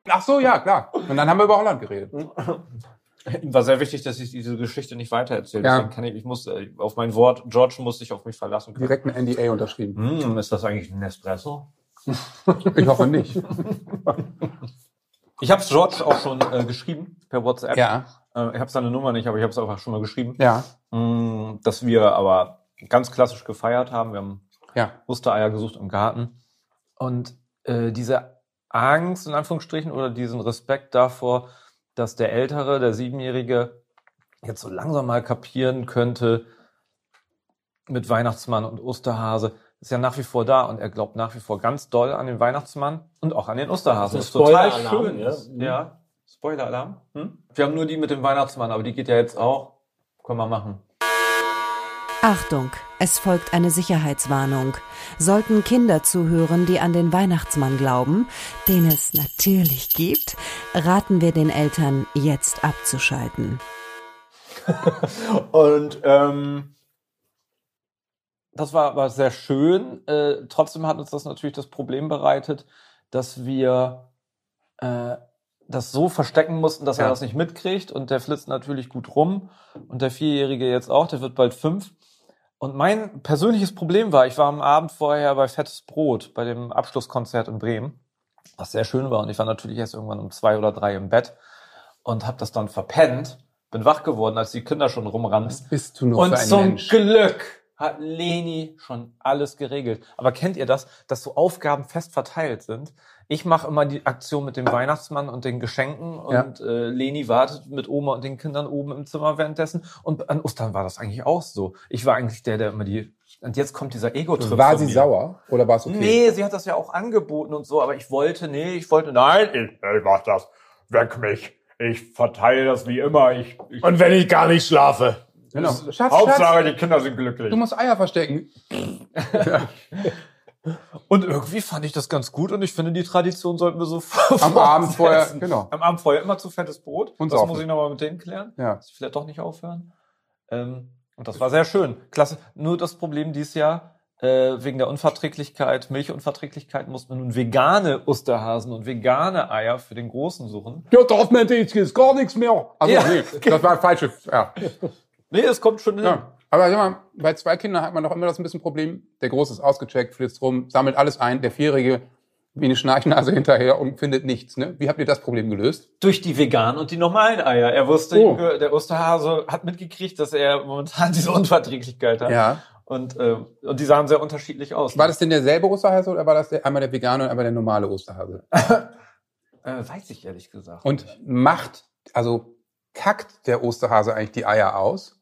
C: Ach so, ja, klar. Und dann haben wir über Holland geredet.
A: Ihm war sehr wichtig, dass ich diese Geschichte nicht weitererzähle.
C: Ja.
A: Deswegen kann ich, ich muss äh, auf mein Wort, George muss sich auf mich verlassen können.
C: direkt ein NDA unterschrieben.
A: Hm, ist das eigentlich ein Nespresso?
C: Ich hoffe nicht.
A: Ich habe es George auch schon äh, geschrieben per WhatsApp.
C: Ja,
A: Äh, ich habe seine Nummer nicht, aber ich habe es einfach schon mal geschrieben.
C: ja,
A: Mm, dass wir aber ganz klassisch gefeiert haben. Wir haben
C: ja.
A: Ostereier gesucht im Garten. Und äh, diese Angst, in Anführungsstrichen, oder diesen Respekt davor, dass der Ältere, der Siebenjährige, jetzt so langsam mal kapieren könnte mit Weihnachtsmann und Osterhase, ist ja nach wie vor da und er glaubt nach wie vor ganz doll an den Weihnachtsmann und auch an den Osterhasen.
B: Das ist
A: Was total
B: Spoiler-Alarm,
A: schön.
B: ja.
A: ist. ja. Spoiler-Alarm. Hm? Wir haben nur die mit dem Weihnachtsmann, aber die geht ja jetzt auch. Können wir machen.
D: Achtung, es folgt eine Sicherheitswarnung. Sollten Kinder zuhören, die an den Weihnachtsmann glauben, den es natürlich gibt, raten wir den Eltern, jetzt abzuschalten.
A: Und ähm, das war, war sehr schön. Äh, trotzdem hat uns das natürlich das Problem bereitet, dass wir äh, das so verstecken mussten, dass
C: Ja.
A: er das nicht mitkriegt. Und der flitzt natürlich gut rum. Und der Vierjährige jetzt auch, der wird bald fünf. Und mein persönliches Problem war, ich war am Abend vorher bei Fettes Brot, bei dem Abschlusskonzert in Bremen, was sehr schön war. Und ich war natürlich erst irgendwann um zwei oder drei im Bett und habe das dann verpennt. Bin wach geworden, als die Kinder schon rumrannten.
C: bist du nur
A: Und zum Glück hat Leni schon alles geregelt. Aber kennt ihr das, dass so Aufgaben fest verteilt sind? Ich mache immer die Aktion mit dem Weihnachtsmann und den Geschenken und äh, Leni wartet mit Oma und den Kindern oben im Zimmer währenddessen. Und an Ostern war das eigentlich auch so. Ich war eigentlich der, der immer die Und jetzt kommt dieser Ego-Trip.
C: War
A: von
C: sie
A: mir.
C: sauer oder war es okay?
A: Nee, sie hat das ja auch angeboten und so, aber ich wollte, nee, ich wollte, nein, ich, ich mach das. Weck mich. Ich verteile das wie immer. Ich, ich
E: Und wenn ich gar nicht schlafe.
C: Genau. Schatz, Schatz,
A: Hauptsache, die Kinder sind glücklich.
C: du musst Eier verstecken.
A: Und irgendwie fand ich das ganz gut und ich finde, die Tradition sollten wir so fortsetzen.
C: Abend vorher, genau.
A: Am Abend vorher immer zu fettes Brot.
C: Und
A: das
C: saufen.
A: muss ich nochmal mit denen klären.
C: Ja.
A: Dass sie vielleicht doch nicht aufhören. Ähm, und das war sehr schön. Klasse. Nur das Problem dieses Jahr, äh, wegen der Unverträglichkeit, Milchunverträglichkeit, mussten wir nun vegane Osterhasen und vegane Eier für den Großen suchen.
C: Ja, drauf meinte ich, ist gar nichts mehr. Also,
A: Ja.
C: nee, das war falsche, ja.
A: Nee, es kommt schon hin.
C: ja. Aber sag mal, bei zwei Kindern hat man doch immer das ein bisschen Problem. Der Große ist ausgecheckt, flitzt rum, sammelt alles ein. Der Vierjährige wie eine Schnarchnase hinterher und findet nichts. Ne? Wie habt ihr das Problem gelöst?
A: Durch die veganen und die normalen Eier. Er wusste,
C: Oh.
A: ihm, äh, der Osterhase hat mitgekriegt, dass er momentan diese Unverträglichkeit hat. Und, äh, und die sahen sehr unterschiedlich aus.
C: War das denn derselbe Osterhase oder war das der, einmal der vegane und einmal der normale Osterhase?
A: Äh, weiß ich ehrlich gesagt.
C: Und macht, also kackt der Osterhase eigentlich die Eier aus?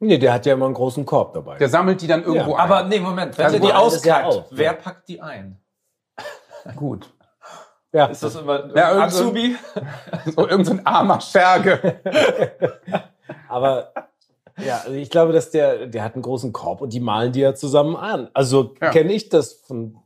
B: Nee, der hat ja immer einen großen Korb dabei.
C: Der sammelt die dann irgendwo
B: Ja,
C: ein.
A: aber nee, Moment, wenn
C: Also
A: ihr die
B: wo alles ja
A: auskackt,
B: auf,
A: wer
B: ja.
A: packt die ein?
C: gut.
B: ja.
A: Ist das immer
C: Ja, irgend so-
A: Azubi?
C: So irgendein so ein armer Scherge.
B: Aber ja, also ich glaube, dass der, der hat einen großen Korb und die malen die ja zusammen an. Also
C: Ja.
B: kenne ich das von,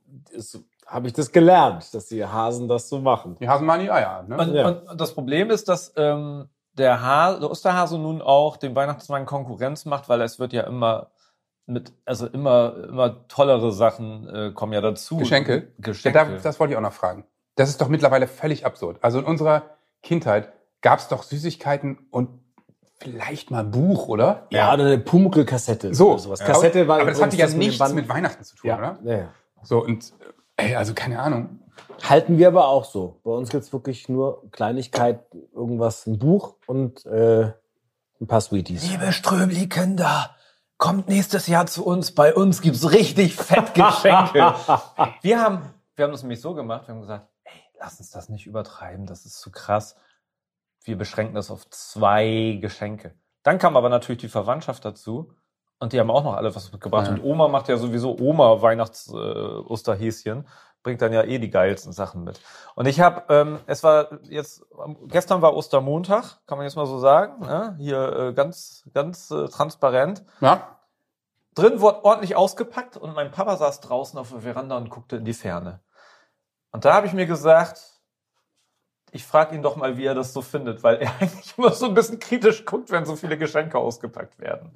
B: habe ich das gelernt, dass die Hasen das so machen.
C: Die Hasen machen die Eier an, ne?
A: Und,
B: Ja.
A: und, und das Problem ist, dass ähm, der, ha der Osterhase nun auch dem Weihnachtsmann Konkurrenz macht, weil es wird ja immer mit, also immer, immer tollere Sachen äh, kommen ja dazu.
C: Geschenke?
A: Geschenke.
C: Ja, da, das wollte ich auch noch fragen. Das ist doch mittlerweile völlig absurd. Also in unserer Kindheit gab es doch Süßigkeiten und vielleicht mal ein Buch, oder?
B: Ja, oder eine Pumuckl-Kassette.
C: So.
B: oder sowas. Kassette
C: aber,
B: war
C: aber das hatte ja
B: übrigens
C: nichts
B: das
C: mit,
B: dem Band-
C: Weihnachten zu tun,
B: ja,
C: oder?
B: ja.
C: So, und äh, ey, also keine Ahnung.
B: Halten wir aber auch so. Bei uns gibt's wirklich nur Kleinigkeit, irgendwas, ein Buch und äh, ein paar Sweeties.
A: Liebe Strömli-Kinder, kommt nächstes Jahr zu uns. Bei uns gibt's richtig fett Geschenke. wir haben, wir haben das nämlich so gemacht. Wir haben gesagt, ey, lass uns das nicht übertreiben. Das ist zu krass. Wir beschränken das auf zwei Geschenke. Dann kam aber natürlich die Verwandtschaft dazu. Und die haben auch noch alle was mitgebracht.
C: Ja.
A: Und Oma macht ja sowieso Oma Weihnachts äh, Osterhäschen. Bringt dann ja eh die geilsten Sachen mit. Und ich habe, ähm, es war jetzt, am- gestern war Ostermontag, kann man jetzt mal so sagen. Ne? Hier äh, ganz, ganz äh, transparent.
C: Ja?
A: Drin wurde ordentlich ausgepackt und mein Papa saß draußen auf der Veranda und guckte in die Ferne. Und da habe ich mir gesagt, ich frage ihn doch mal, wie er das so findet, weil er eigentlich immer so ein bisschen kritisch guckt, wenn so viele Geschenke ausgepackt werden.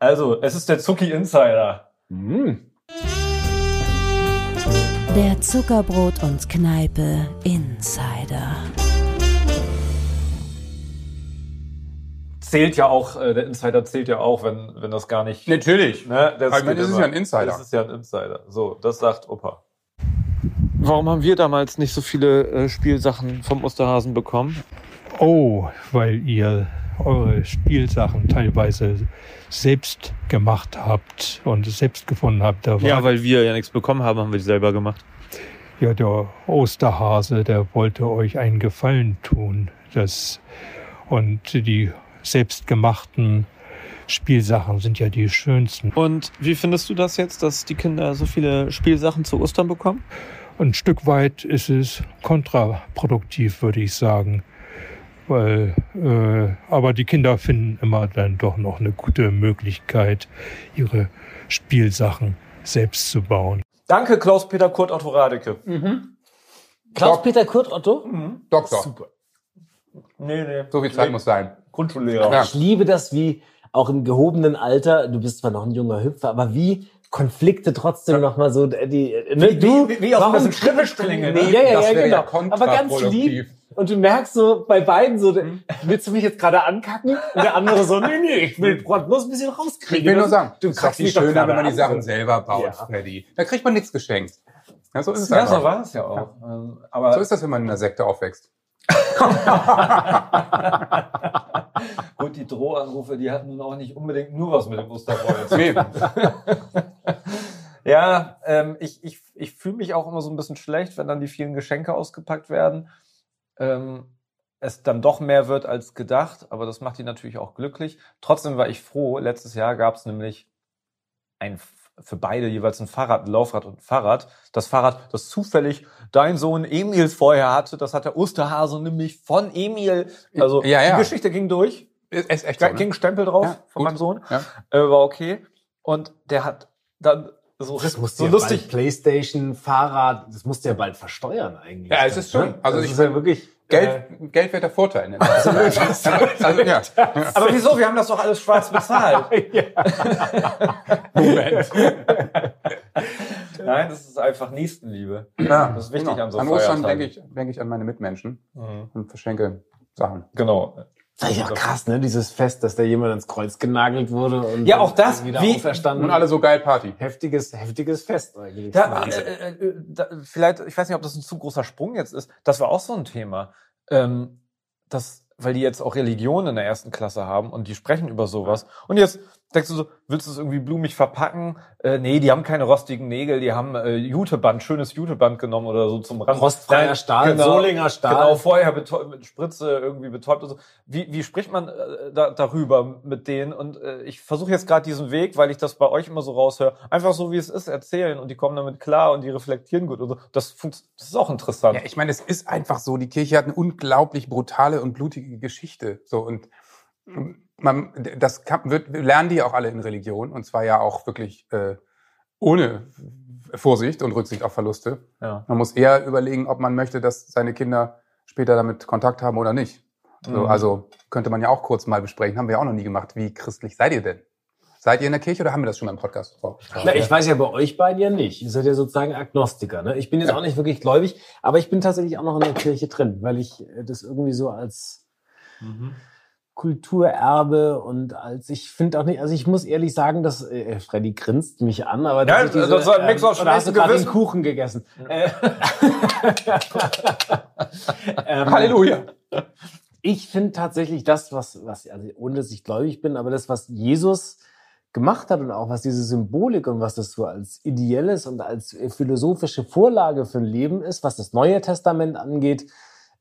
A: Also, es ist der Zucki Insider.
D: Der Zuckerbrot und Kneipe Insider.
A: Zählt ja auch, äh, der Insider zählt ja auch, wenn, wenn das gar nicht.
C: Natürlich.
A: Ne, das
C: Aber
A: geht
C: dann ist es
A: immer.
C: ja ein Insider.
A: Das ist ja ein Insider. So, das sagt Opa. Warum haben wir damals nicht so viele äh, Spielsachen vom Osterhasen bekommen?
F: Oh, weil ihr eure Spielsachen teilweise selbst gemacht habt und selbst gefunden habt. Da war
A: Ja, weil wir ja nichts bekommen haben, haben wir die selber gemacht.
F: ja der Osterhase, der wollte euch einen Gefallen tun. Das und die selbstgemachten Spielsachen sind ja die schönsten.
A: Und wie findest du das jetzt, dass die Kinder so viele Spielsachen zu Ostern bekommen?
F: Ein Stück weit ist es kontraproduktiv, würde ich sagen. Weil, äh, aber die Kinder finden immer dann doch noch eine gute Möglichkeit, ihre Spielsachen selbst zu bauen.
A: Danke, Klaus-Peter Kurt Otto Radeke.
B: Klaus-Peter Kurt Otto?
C: Doktor.
A: Nee, nee.
C: So viel Zeit muss sein.
A: Grundschullehrer.
C: Ja.
B: Ich liebe das, wie auch im gehobenen Alter, du bist zwar noch ein junger Hüpfer, aber wie Konflikte trotzdem noch mal so äh, die äh, ne,
A: Wie-
B: du
A: wie- wie aus
B: warum
A: einem Schriftstellingen, ne?
B: Nee, ja, ja,
C: Das
B: ja,
C: wäre ja
B: genau. aber ganz lieb
C: kontraproduktiv. Hm?
B: und du merkst so bei beiden so willst du mich jetzt gerade ankacken und der andere so nee nee, ich will bloß ein bisschen rauskriegen.
C: Hm. Ich will nur
B: Das-
C: sagen,
B: du
C: du sagst
B: kackst
C: die
B: mich doch
C: schöner,
B: gerade
C: wenn man die
B: an.
C: Sachen selber baut,
B: Ja.
C: Freddy. Da kriegt man nichts geschenkt. Ja, so ist es
A: Ja, so
C: einfach.
A: war es ja auch. Ähm,
C: So
A: Aber
C: ist das, wenn man in einer Sekte aufwächst.
A: gut, die Drohanrufe, die hatten nun auch nicht unbedingt nur was mit dem Osterfeuer zu
C: Nee.
A: Ja, ähm, ich, ich, ich fühle mich auch immer so ein bisschen schlecht, wenn dann die vielen Geschenke ausgepackt werden. Ähm, es dann doch mehr wird als gedacht, aber das macht die natürlich auch glücklich. Trotzdem war ich froh, letztes Jahr gab es nämlich ein für beide jeweils ein Fahrrad, ein Laufrad und ein Fahrrad. Das Fahrrad, das zufällig dein Sohn Emil vorher hatte, das hat der Osterhase nämlich von Emil. Also
C: Ja, ja.
A: die Geschichte ging durch.
C: Ist, ist echt so,
A: Da
C: ne?
A: ging ein Stempel drauf
C: Ja,
A: von
C: gut.
A: meinem Sohn.
C: Ja.
A: Äh, war okay. Und der hat dann so,
B: Das muss
A: so
B: ja
A: lustig.
B: bald Playstation, Fahrrad, das musst du ja bald versteuern eigentlich.
C: Ja, es ist schon. Also
B: Also das
C: ich-
B: ist ja wirklich äh,
C: Geld, geldwerter Vorteil. Ne? also, ja.
A: Aber wieso? Wir haben das doch alles schwarz bezahlt.
C: Moment.
A: Nein, das ist einfach Nächstenliebe.
C: Ja,
A: Das ist wichtig an so
C: An Ostern
A: Feiertagen.
C: denke ich, denke ich an meine Mitmenschen und verschenke Sachen.
A: Genau.
B: Das ist ja auch krass, ne? Dieses Fest, dass da jemand ans Kreuz genagelt wurde und
A: Ja, auch das,
B: wieder
A: wie- Hm.
B: auferstanden.
C: Und alle so geil Party.
B: heftiges, heftiges Fest eigentlich.
A: Ja, äh, äh, äh, da, vielleicht, ich weiß nicht, ob das ein zu großer Sprung jetzt ist. Das war auch so ein Thema. Ähm, das, weil die jetzt auch Religion in der ersten Klasse haben und die sprechen über sowas. Und jetzt denkst du so, willst du es irgendwie blumig verpacken? Äh, nee, die haben keine rostigen Nägel, die haben äh, Juteband, schönes Juteband genommen oder so zum Rand.
B: Rostfreier
A: Nein,
B: Stahl, Solinger Stahl.
A: Genau, vorher betäubt, mit Spritze irgendwie betäubt und so. Wie, wie spricht man äh, da, darüber mit denen? Und äh, ich versuche jetzt gerade diesen Weg, weil ich das bei euch immer so raushöre, einfach so wie es ist, erzählen und die kommen damit klar und die reflektieren gut und so. Das, funkt- das ist auch interessant.
C: Ja, ich meine, es ist einfach so, die Kirche hat eine unglaublich brutale und blutige Geschichte. So und ähm, man, das kann, wird, lernen die auch alle in Religion und zwar ja auch wirklich äh, ohne Vorsicht und Rücksicht auf Verluste.
A: Ja.
C: Man muss eher überlegen, ob man möchte, dass seine Kinder später damit Kontakt haben oder nicht. So,
A: Mhm.
C: Also könnte man ja auch kurz mal besprechen, haben wir ja auch noch nie gemacht. Wie christlich seid ihr denn? Seid ihr in der Kirche oder haben wir das schon mal im Podcast? Oh,
B: Na, ich weiß ja bei euch beiden ja nicht. Ihr seid ja sozusagen Agnostiker. Ne? Ich bin jetzt auch nicht wirklich gläubig, aber ich bin tatsächlich auch noch in der Kirche drin, weil ich äh, das irgendwie so als Kulturerbe und als ich finde auch nicht, also ich muss ehrlich sagen, dass äh, Freddy grinst mich an, aber
A: Ja,
B: dass ich
A: das war ein Mix aus
B: und hast du
A: schlechtem
B: gerade den
A: Gewissen.
B: Kuchen gegessen. Äh, ähm,
C: Halleluja!
B: ich finde tatsächlich das, was, was, also ohne dass ich gläubig bin, aber das, was Jesus gemacht hat und auch was diese Symbolik und was das so als ideelles und als äh, philosophische Vorlage für ein Leben ist, was das Neue Testament angeht,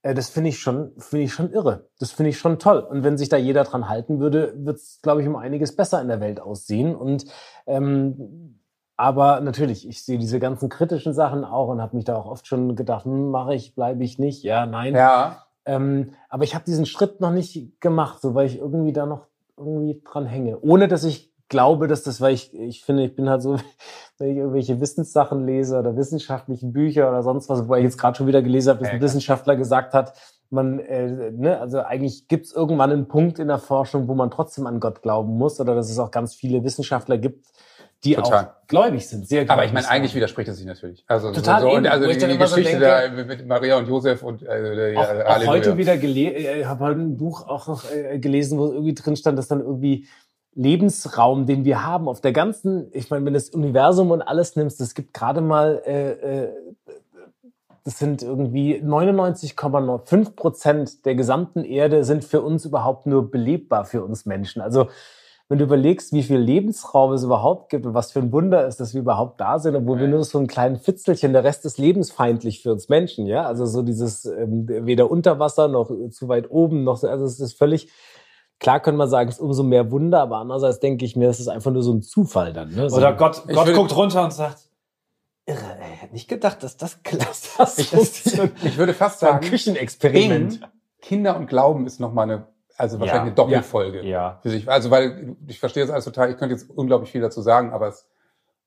B: äh, das finde ich schon, finde ich schon irre. Das finde ich schon toll. Und wenn sich da jeder dran halten würde, wird es, glaube ich, um einiges besser in der Welt aussehen. Und ähm, aber natürlich, ich sehe diese ganzen kritischen Sachen auch und habe mich da auch oft schon gedacht, hm, mache ich, bleibe ich nicht, ja, nein.
C: Ja,
B: Ähm, aber ich habe diesen Schritt noch nicht gemacht, so weil ich irgendwie da noch irgendwie dran hänge. Ohne dass ich glaube, dass das, weil ich, ich finde, ich bin halt so, wenn ich irgendwelche Wissenssachen lese oder wissenschaftlichen Bücher oder sonst was, wobei ich jetzt gerade schon wieder gelesen habe, dass ein
C: Ja,
B: Wissenschaftler gesagt hat, man, äh, ne, also eigentlich gibt es irgendwann einen Punkt in der Forschung, wo man trotzdem an Gott glauben muss, oder dass es auch ganz viele Wissenschaftler gibt, die
C: Total.
B: auch gläubig sind, sehr gläubig.
C: Aber ich meine,
B: sind.
C: eigentlich widerspricht es sich natürlich. Also,
B: Total
C: so, so, und
B: eben,
C: also
B: wo
C: die,
B: ich dann
C: die
B: immer so
C: Geschichte da
B: denke-
C: mit Maria und Josef und äh, ja,
B: auch, auch
C: Halleluja.
B: heute wieder gelesen, äh, habe heute ein Buch auch noch äh, gelesen, wo irgendwie drin stand, dass dann irgendwie Lebensraum, den wir haben, auf der ganzen, ich meine, wenn du das Universum und alles nimmst, es gibt gerade mal, äh, äh, das sind irgendwie 99,5 Prozent der gesamten Erde sind für uns überhaupt nur belebbar für uns Menschen. Also wenn du überlegst, wie viel Lebensraum es überhaupt gibt und was für ein Wunder ist, dass wir überhaupt da sind, obwohl wir nur so ein kleinen Fitzelchen, der Rest ist lebensfeindlich für uns Menschen, ja. Also so dieses ähm, weder unter Wasser noch äh, zu weit oben noch so, also es ist völlig klar, könnte man sagen, es ist umso mehr Wunder, aber andererseits denke ich mir, es ist einfach nur so ein Zufall dann. Ne? So,
A: Oder Gott,
C: Ich
A: Gott
C: würde-
A: guckt runter und sagt,
B: irre, ey. Hätte nicht gedacht, dass das klasse das
C: Ich-
B: ist.
C: Ich würde fast
B: ein
C: sagen,
B: Küchenexperiment.
C: Bing, Kinder und Glauben ist nochmal eine, also wahrscheinlich
B: Ja.
C: eine Doppelfolge.
A: ja,
C: Für sich. Also, weil ich verstehe das alles total, ich könnte jetzt unglaublich viel dazu sagen, aber es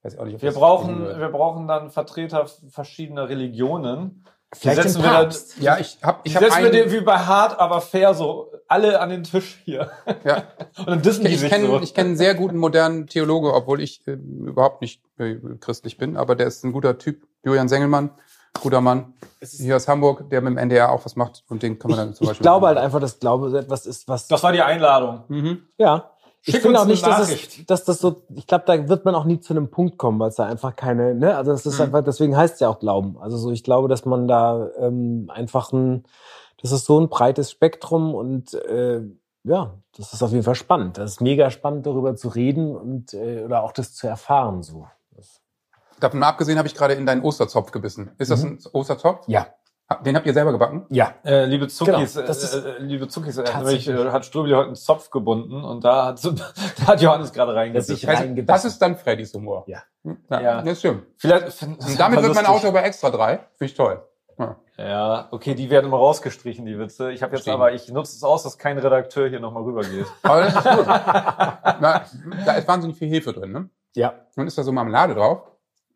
C: weiß ich auch nicht, ob
A: wir
C: das
A: brauchen,
C: gehen würde.
A: wir brauchen dann Vertreter verschiedener Religionen.
B: Vielleicht
A: setzen
B: den
A: wir da-
B: Papst.
C: Ja, ich habe ich
A: Ich
C: hab
A: setze mir den
C: einen,
A: wie bei hart, aber fair so alle an den Tisch hier.
C: ja,
A: Und dann dissen die
C: ich
A: sich
C: kenne
A: so.
C: ich kenn einen sehr guten modernen Theologe, obwohl ich äh, überhaupt nicht äh, christlich bin, aber der ist ein guter Typ, Julian Sengelmann, guter Mann, hier aus Hamburg, der mit dem NDR auch was macht und den kann man dann
B: Ich,
C: zum
B: ich
C: Beispiel.
B: glaube halt einfach, dass Glaube so etwas ist, was
A: Das war die Einladung.
C: Mhm.
B: Ja. Ich
A: Schick
B: finde
A: uns
B: auch nicht,
A: eine
B: dass, es,
A: Nachricht.
B: dass das so, ich glaube, da wird man auch nie zu einem Punkt kommen, weil es da einfach keine, ne, also das
A: Mhm.
B: ist einfach, deswegen heißt es ja auch Glauben. Also so, ich glaube, dass man da ähm, einfach ein, das ist so ein breites Spektrum und äh, ja, das ist auf jeden Fall spannend. Das ist mega spannend, darüber zu reden und äh, oder auch das zu erfahren so. Das,
C: Davon mal abgesehen habe ich gerade in deinen Osterzopf gebissen. Ist das ein Osterzopf?
B: Mhm. ja.
C: Den habt ihr selber gebacken?
B: Ja.
A: Äh, liebe Zuckis,
B: Genau, das ist-
A: äh, äh, liebe Zuckis, äh,
B: Tatsächlich.
A: äh, hat Ströbli heute einen Zopf gebunden und da hat, da hat Johannes gerade
B: Das ist
A: reingesetzt.
B: ich
C: Also,
B: reingebacken.
C: das ist dann Freddys Humor.
B: Ja.
C: Na,
A: Ja.
C: Das stimmt.
A: Vielleicht find-
C: Und damit wird mein
A: lustig.
C: Auto bei extra drei. Finde ich toll. Ja.
A: Ja, okay, die werden immer rausgestrichen, die Witze. Ich habe jetzt
C: Verstehen.
A: aber, ich nutze es aus, dass kein Redakteur hier nochmal rübergeht.
C: Aber das ist gut. Na, da ist wahnsinnig viel Hefe drin, ne?
B: Ja.
C: Und ist da so Marmelade drauf?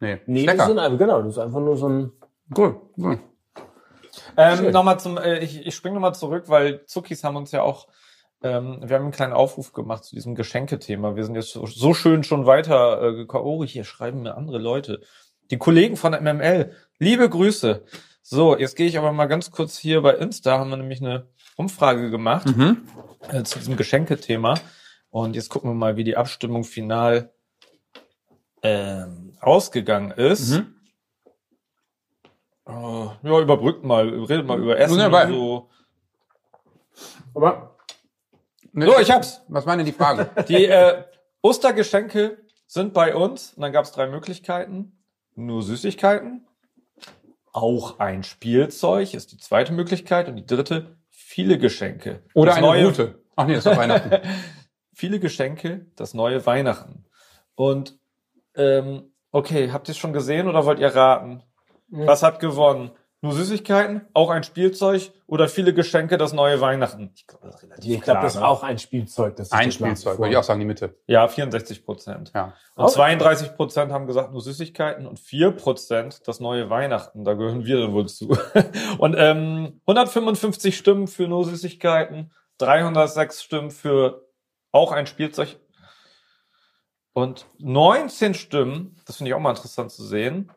C: Nee.
B: Nee,
C: nee
B: das sind
C: Lecker.
B: einfach, genau, das ist einfach nur so ein.
C: Cool. Cool.
A: Ähm,
B: Schön.
A: nochmal zum, äh, ich, ich springe nochmal zurück, weil Zuckis haben uns ja auch, ähm, wir haben einen kleinen Aufruf gemacht zu diesem Geschenkethema. Wir sind jetzt so, so schön schon weiter äh, gekommen. Oh, hier schreiben mir andere Leute. Die Kollegen von MML, liebe Grüße. So, jetzt gehe ich aber mal ganz kurz hier bei Insta, haben wir nämlich eine Umfrage gemacht
C: Mhm.
A: äh, zu diesem Geschenkethema. Und jetzt gucken wir mal, wie die Abstimmung final ähm, ausgegangen ist.
C: Mhm.
A: Oh, ja, überbrückt mal, redet mal über Essen.
C: Wunderbar.
A: und So.
B: Aber
C: Nee,
A: so, ich hab's.
C: Was war denn die Frage?
A: Die äh, Ostergeschenke sind bei uns. Und dann gab's drei Möglichkeiten. Nur Süßigkeiten. Auch ein Spielzeug ist die zweite Möglichkeit. Und die dritte, viele Geschenke.
C: Oder
A: Das
C: eine
A: neue-
C: Route. Ach nee, das war Weihnachten.
A: Viele Geschenke, das neue Weihnachten. Und ähm, okay, habt ihr es schon gesehen oder wollt ihr raten? Was hat gewonnen? Nur Süßigkeiten, auch ein Spielzeug oder viele Geschenke, das neue Weihnachten? Ich glaube, das ist relativ
B: ich glaube,
A: klar,
B: das ist
A: ne?
B: auch ein Spielzeug. Das ist
C: Ein
B: das nach wie
C: Spielzeug,
B: vor.
C: würde ich auch sagen, die Mitte.
A: Ja, 64 Prozent.
C: Ja.
A: Und
B: Okay.
A: 32 Prozent haben gesagt, nur Süßigkeiten und 4 Prozent das neue Weihnachten. Da gehören wir dann wohl zu. Und ähm, 155 Stimmen für nur Süßigkeiten, 306 Stimmen für auch ein Spielzeug und 19 Stimmen, das finde ich auch mal interessant zu sehen,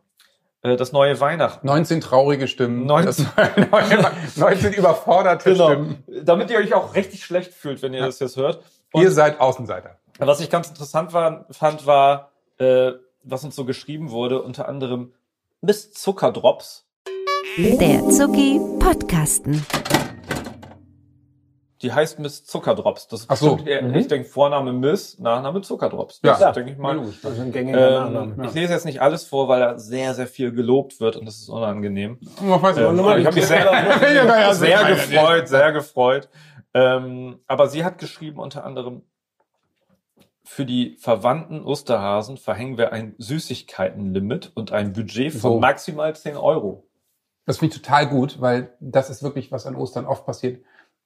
A: äh, das neue Weihnachten.
C: 19 traurige Stimmen.
A: 19.
C: Das- 19 überforderte
A: Genau.
C: Stimmen.
A: Damit ihr euch auch richtig schlecht fühlt, wenn ihr das jetzt hört. Und-
C: Ihr seid Außenseiter.
A: Was ich ganz interessant war, fand, war, äh, was uns so geschrieben wurde, unter anderem Miss Zuckerdrops.
D: Der Zucki Podcasten.
A: Die heißt Miss Zuckerdrops. Das
C: Ach so.
A: stimmt eher-
B: Mhm.
A: Ich denke Vorname Miss, Nachname Zuckerdrops.
C: Ja.
A: Das
B: Ja.
A: denke ich
C: Na
A: mal.
C: logisch.
B: Das ist ein gängiger
A: Ähm,
B: Name.
A: Ich lese jetzt nicht alles vor, weil da sehr, sehr viel gelobt wird und das ist unangenehm.
C: Was weiß
A: Ähm,
B: mal,
A: ich habe mich
C: Ja, also
A: sehr, sehr
C: ja,
A: gefreut, sehr gefreut. Ähm, aber sie hat geschrieben unter anderem, für die verwandten Osterhasen verhängen wir ein Süßigkeitenlimit und ein Budget von
C: So.
A: maximal 10 Euro.
C: Das finde ich total gut, weil das ist wirklich, was an Ostern oft passiert.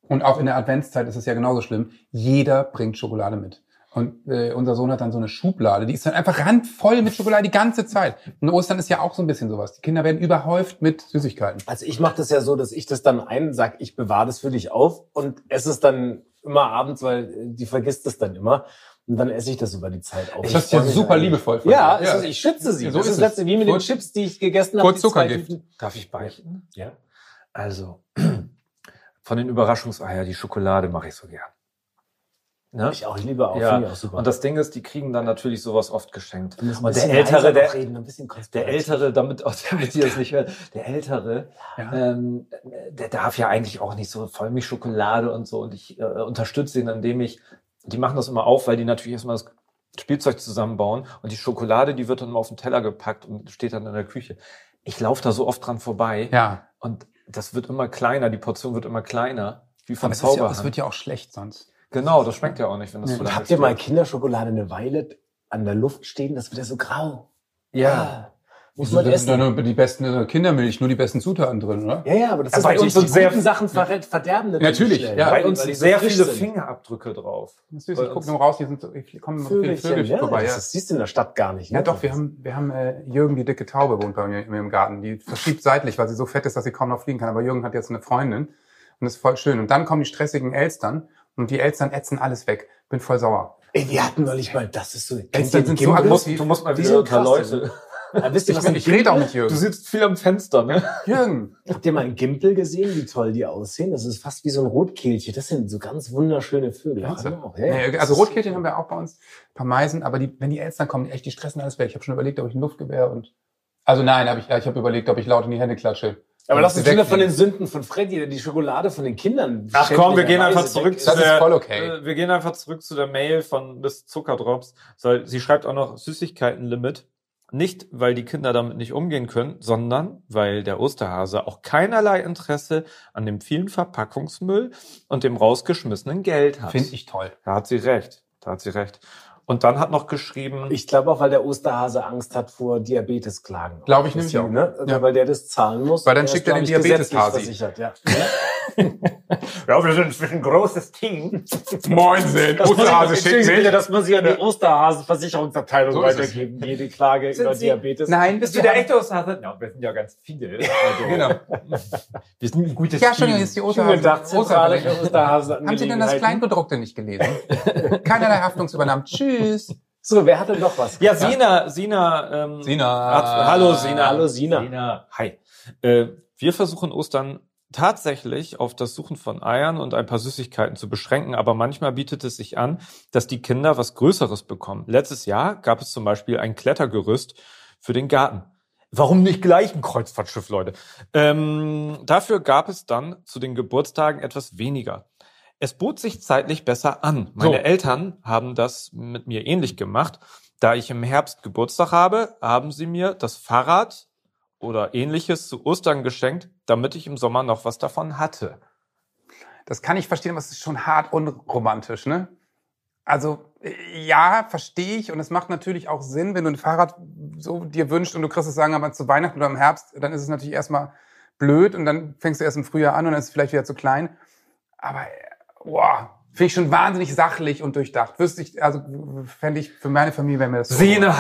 C: Und auch in der Adventszeit ist es ja genauso schlimm. Jeder bringt Schokolade mit. Und äh, unser Sohn hat dann so eine Schublade, die ist dann einfach randvoll mit Schokolade die ganze Zeit. Und Ostern ist ja auch so ein bisschen sowas. Die Kinder werden überhäuft mit Süßigkeiten.
B: Also ich mache das ja so, dass ich das dann ein, sag ich bewahre das für dich auf und esse es dann immer abends, weil äh, die vergisst es dann immer und dann esse ich das über die Zeit auf.
C: Das
B: Ich
C: ist ja
B: freu mich
C: super
B: eigentlich.
C: liebevoll von
B: Ja,
C: dir.
B: es ist, ich schütze sie.
C: Ja, so
B: das
C: ist
B: ist das
C: es.
B: letzte, wie mit den
C: Kurz-
B: Chips, die ich gegessen habe. die
C: kurz
B: zwei
C: Zuckergift.
B: Tüten.
A: Darf ich beichten?
B: Ja.
A: Also, von den Überraschungseier, die Schokolade mache ich so gern. Ne?
B: Ich auch, ich liebe auch.
A: Ja.
B: finde ich auch super.
A: Und das Ding ist, die kriegen dann natürlich sowas oft geschenkt.
B: Wir müssen ein
A: Und der
B: bisschen
A: Ältere,
B: leiser
A: der,
B: noch reden, ein bisschen
A: Der
B: konspirativ.
A: Ältere, damit, auch damit ihr das nicht hört, der Ältere,
C: Ja.
A: ähm, der darf ja eigentlich auch nicht so Vollmilchschokolade und so. Und ich äh, unterstütze ihn, indem ich, die machen das immer auf, weil die natürlich erstmal das Spielzeug zusammenbauen und die Schokolade, die wird dann immer auf den Teller gepackt und steht dann in der Küche. Ich laufe da so oft dran vorbei
C: Ja,
A: und das wird immer kleiner, die Portion wird immer kleiner, wie
C: aber
A: vom
C: es, ist ja, es
A: Zauberhand.
C: wird ja auch schlecht sonst.
A: genau, das schmeckt ja auch nicht, wenn das
C: Ja.
A: so
B: Und
A: lange
B: habt ihr mal
A: steht.
B: Kinderschokolade eine Weile an der Luft stehen? Das wird ja so grau.
A: Ja.
B: Ah, Muss man
C: Da sind
B: essen.
C: doch nur die besten äh, Kindermilch, nur die besten Zutaten drin, oder?
B: Ja, ja, aber das
A: Ja,
B: ist
A: bei
B: natürlich
A: uns sind
B: die
A: sehr-
B: guten Sachen ver verderben
C: Natürlich,
B: schnell,
C: ja.
B: weil-
A: Bei uns
B: weil die
A: sind
B: so
A: sehr
B: frisch
A: viele
B: sind.
A: Fingerabdrück drauf.
C: Das ist süß,
A: Bei
C: ich
A: uns-
C: gucke nur raus, hier sind so, hier kommen so viele
B: Vögelchen,
C: Vögelchen
B: ja,
C: vorbei. Ja.
B: Das siehst du in der Stadt gar nicht. ne?
C: Ja, doch, wir haben, wir haben äh, Jürgen, die dicke Taube, wohnt bei mir in meinem Garten. Die verschiebt seitlich, weil sie so fett ist, dass sie kaum noch fliegen kann. Aber Jürgen hat jetzt eine Freundin und das ist voll schön. Und dann kommen die stressigen Elstern und die Elstern ätzen alles weg. Bin voll sauer.
B: Ey, wir hatten neulich mal, das ist so.
C: Elstern
B: Kennt ihr die
C: sind so
B: Gimbals?
A: Du musst, du musst mal
B: Die
A: wieder
B: sind
A: ein paar
B: krass,
A: Leute.
B: Ja, wisst ihr,
C: Ich,
B: was
C: bin-
B: ein
C: ich rede auch mit
A: Du
C: Jürgen.
A: sitzt viel am Fenster, ne?
C: Jürgen!
B: Habt ihr mal einen Gimpel gesehen, wie toll die aussehen? Das ist fast wie so ein Rotkehlchen. Das sind so ganz wunderschöne Vögel.
C: Meinst du?
B: Ja, auch, ja, ja.
C: Nee, also Rotkehlchen haben wir auch bei uns, ein paar Meisen, aber die, wenn die Elstern kommen, die echt, die stressen alles weg. Ich habe schon überlegt, ob ich ein Luftgewehr und... Also nein, hab ich, ja, ich habe überlegt, ob ich laut in die Hände klatsche.
B: Aber
C: Und
B: lass uns
C: sie
B: wieder von den
C: wegfliegen.
B: Sünden von Freddy, der die Schokolade von den Kindern.
A: Ach komm, wir gehen einfach zurück
B: zu
A: zu
C: Das ist
A: der-
C: voll okay.
A: Äh, Wir gehen einfach zurück zu der Mail von Miss Zuckerdrops. Soll- Sie schreibt auch noch Süßigkeitenlimit. Nicht, weil die Kinder damit nicht umgehen können, sondern weil der Osterhase auch keinerlei Interesse an dem vielen Verpackungsmüll und dem rausgeschmissenen Geld hat.
C: Finde ich toll.
A: Da hat sie recht. Da hat sie recht. Und dann hat noch geschrieben,
B: Ich glaube auch, weil der Osterhase Angst hat vor Diabetesklagen.
C: Glaube ich nämlich
B: Deswegen,
C: auch.
B: Ne? Also,
C: Ja.
B: Weil der das zahlen muss.
C: Weil dann
B: Der
C: schickt
B: ist,
C: er den
B: glaub ich, gesetzlich
C: Diabeteshasi.
B: versichert, Ja.
A: ja, wir sind inzwischen ein großes Team.
C: Moinsen, Osterhase schickt
B: Entschuldigung bitte,
C: mich.
B: das muss ich an die Osterhasenversicherungsabteilung
C: So ist es.
B: weitergeben. Jede Klage über Diabetes.
C: Nein,
A: Bist du der echte Osterhase? Ja, wir sind ja ganz viele. Also,
C: Genau.
A: Wir sind ein gutes
C: Ja,
A: Team.
C: schon ist die
B: Schönen
C: Osterhase.
B: Tag, Zentrale
C: Osterhase.
B: für Osterhasen.
C: Haben Sie denn das Kleingedruckte nicht gelesen? Keinerlei Haftungsübernahme. Tschüss.
B: So, wer hat denn noch was?
A: Ja, Sina, Sina, ähm,
C: Sina.
A: Hat, hallo Sina.
B: Hallo Sina.
A: Hi. Äh, wir versuchen Ostern tatsächlich auf das Suchen von Eiern und ein paar Süßigkeiten zu beschränken, aber manchmal bietet es sich an, dass die Kinder was Größeres bekommen. Letztes Jahr gab es zum Beispiel ein Klettergerüst für den Garten. Warum nicht gleich ein Kreuzfahrtschiff, Leute? Ähm, dafür gab es dann zu den Geburtstagen etwas weniger. Es bot sich zeitlich besser an. Meine
C: So.
A: Eltern haben das mit mir ähnlich gemacht. Da ich im Herbst Geburtstag habe, haben sie mir das Fahrrad oder ähnliches zu Ostern geschenkt, damit ich im Sommer noch was davon hatte.
C: Das kann ich verstehen, aber es ist schon hart unromantisch, ne? Also, äh, ja, verstehe ich. Und es macht natürlich auch Sinn, wenn du ein Fahrrad so dir wünschst und du kriegst es sagen, aber zu Weihnachten oder im Herbst, dann ist es natürlich erstmal blöd und dann fängst du erst im Frühjahr an und dann ist es vielleicht wieder zu klein. Aber, äh, wow, finde ich schon wahnsinnig sachlich und durchdacht. Wüsste ich, also, fände ich, für meine Familie wäre mir das.
A: Oh.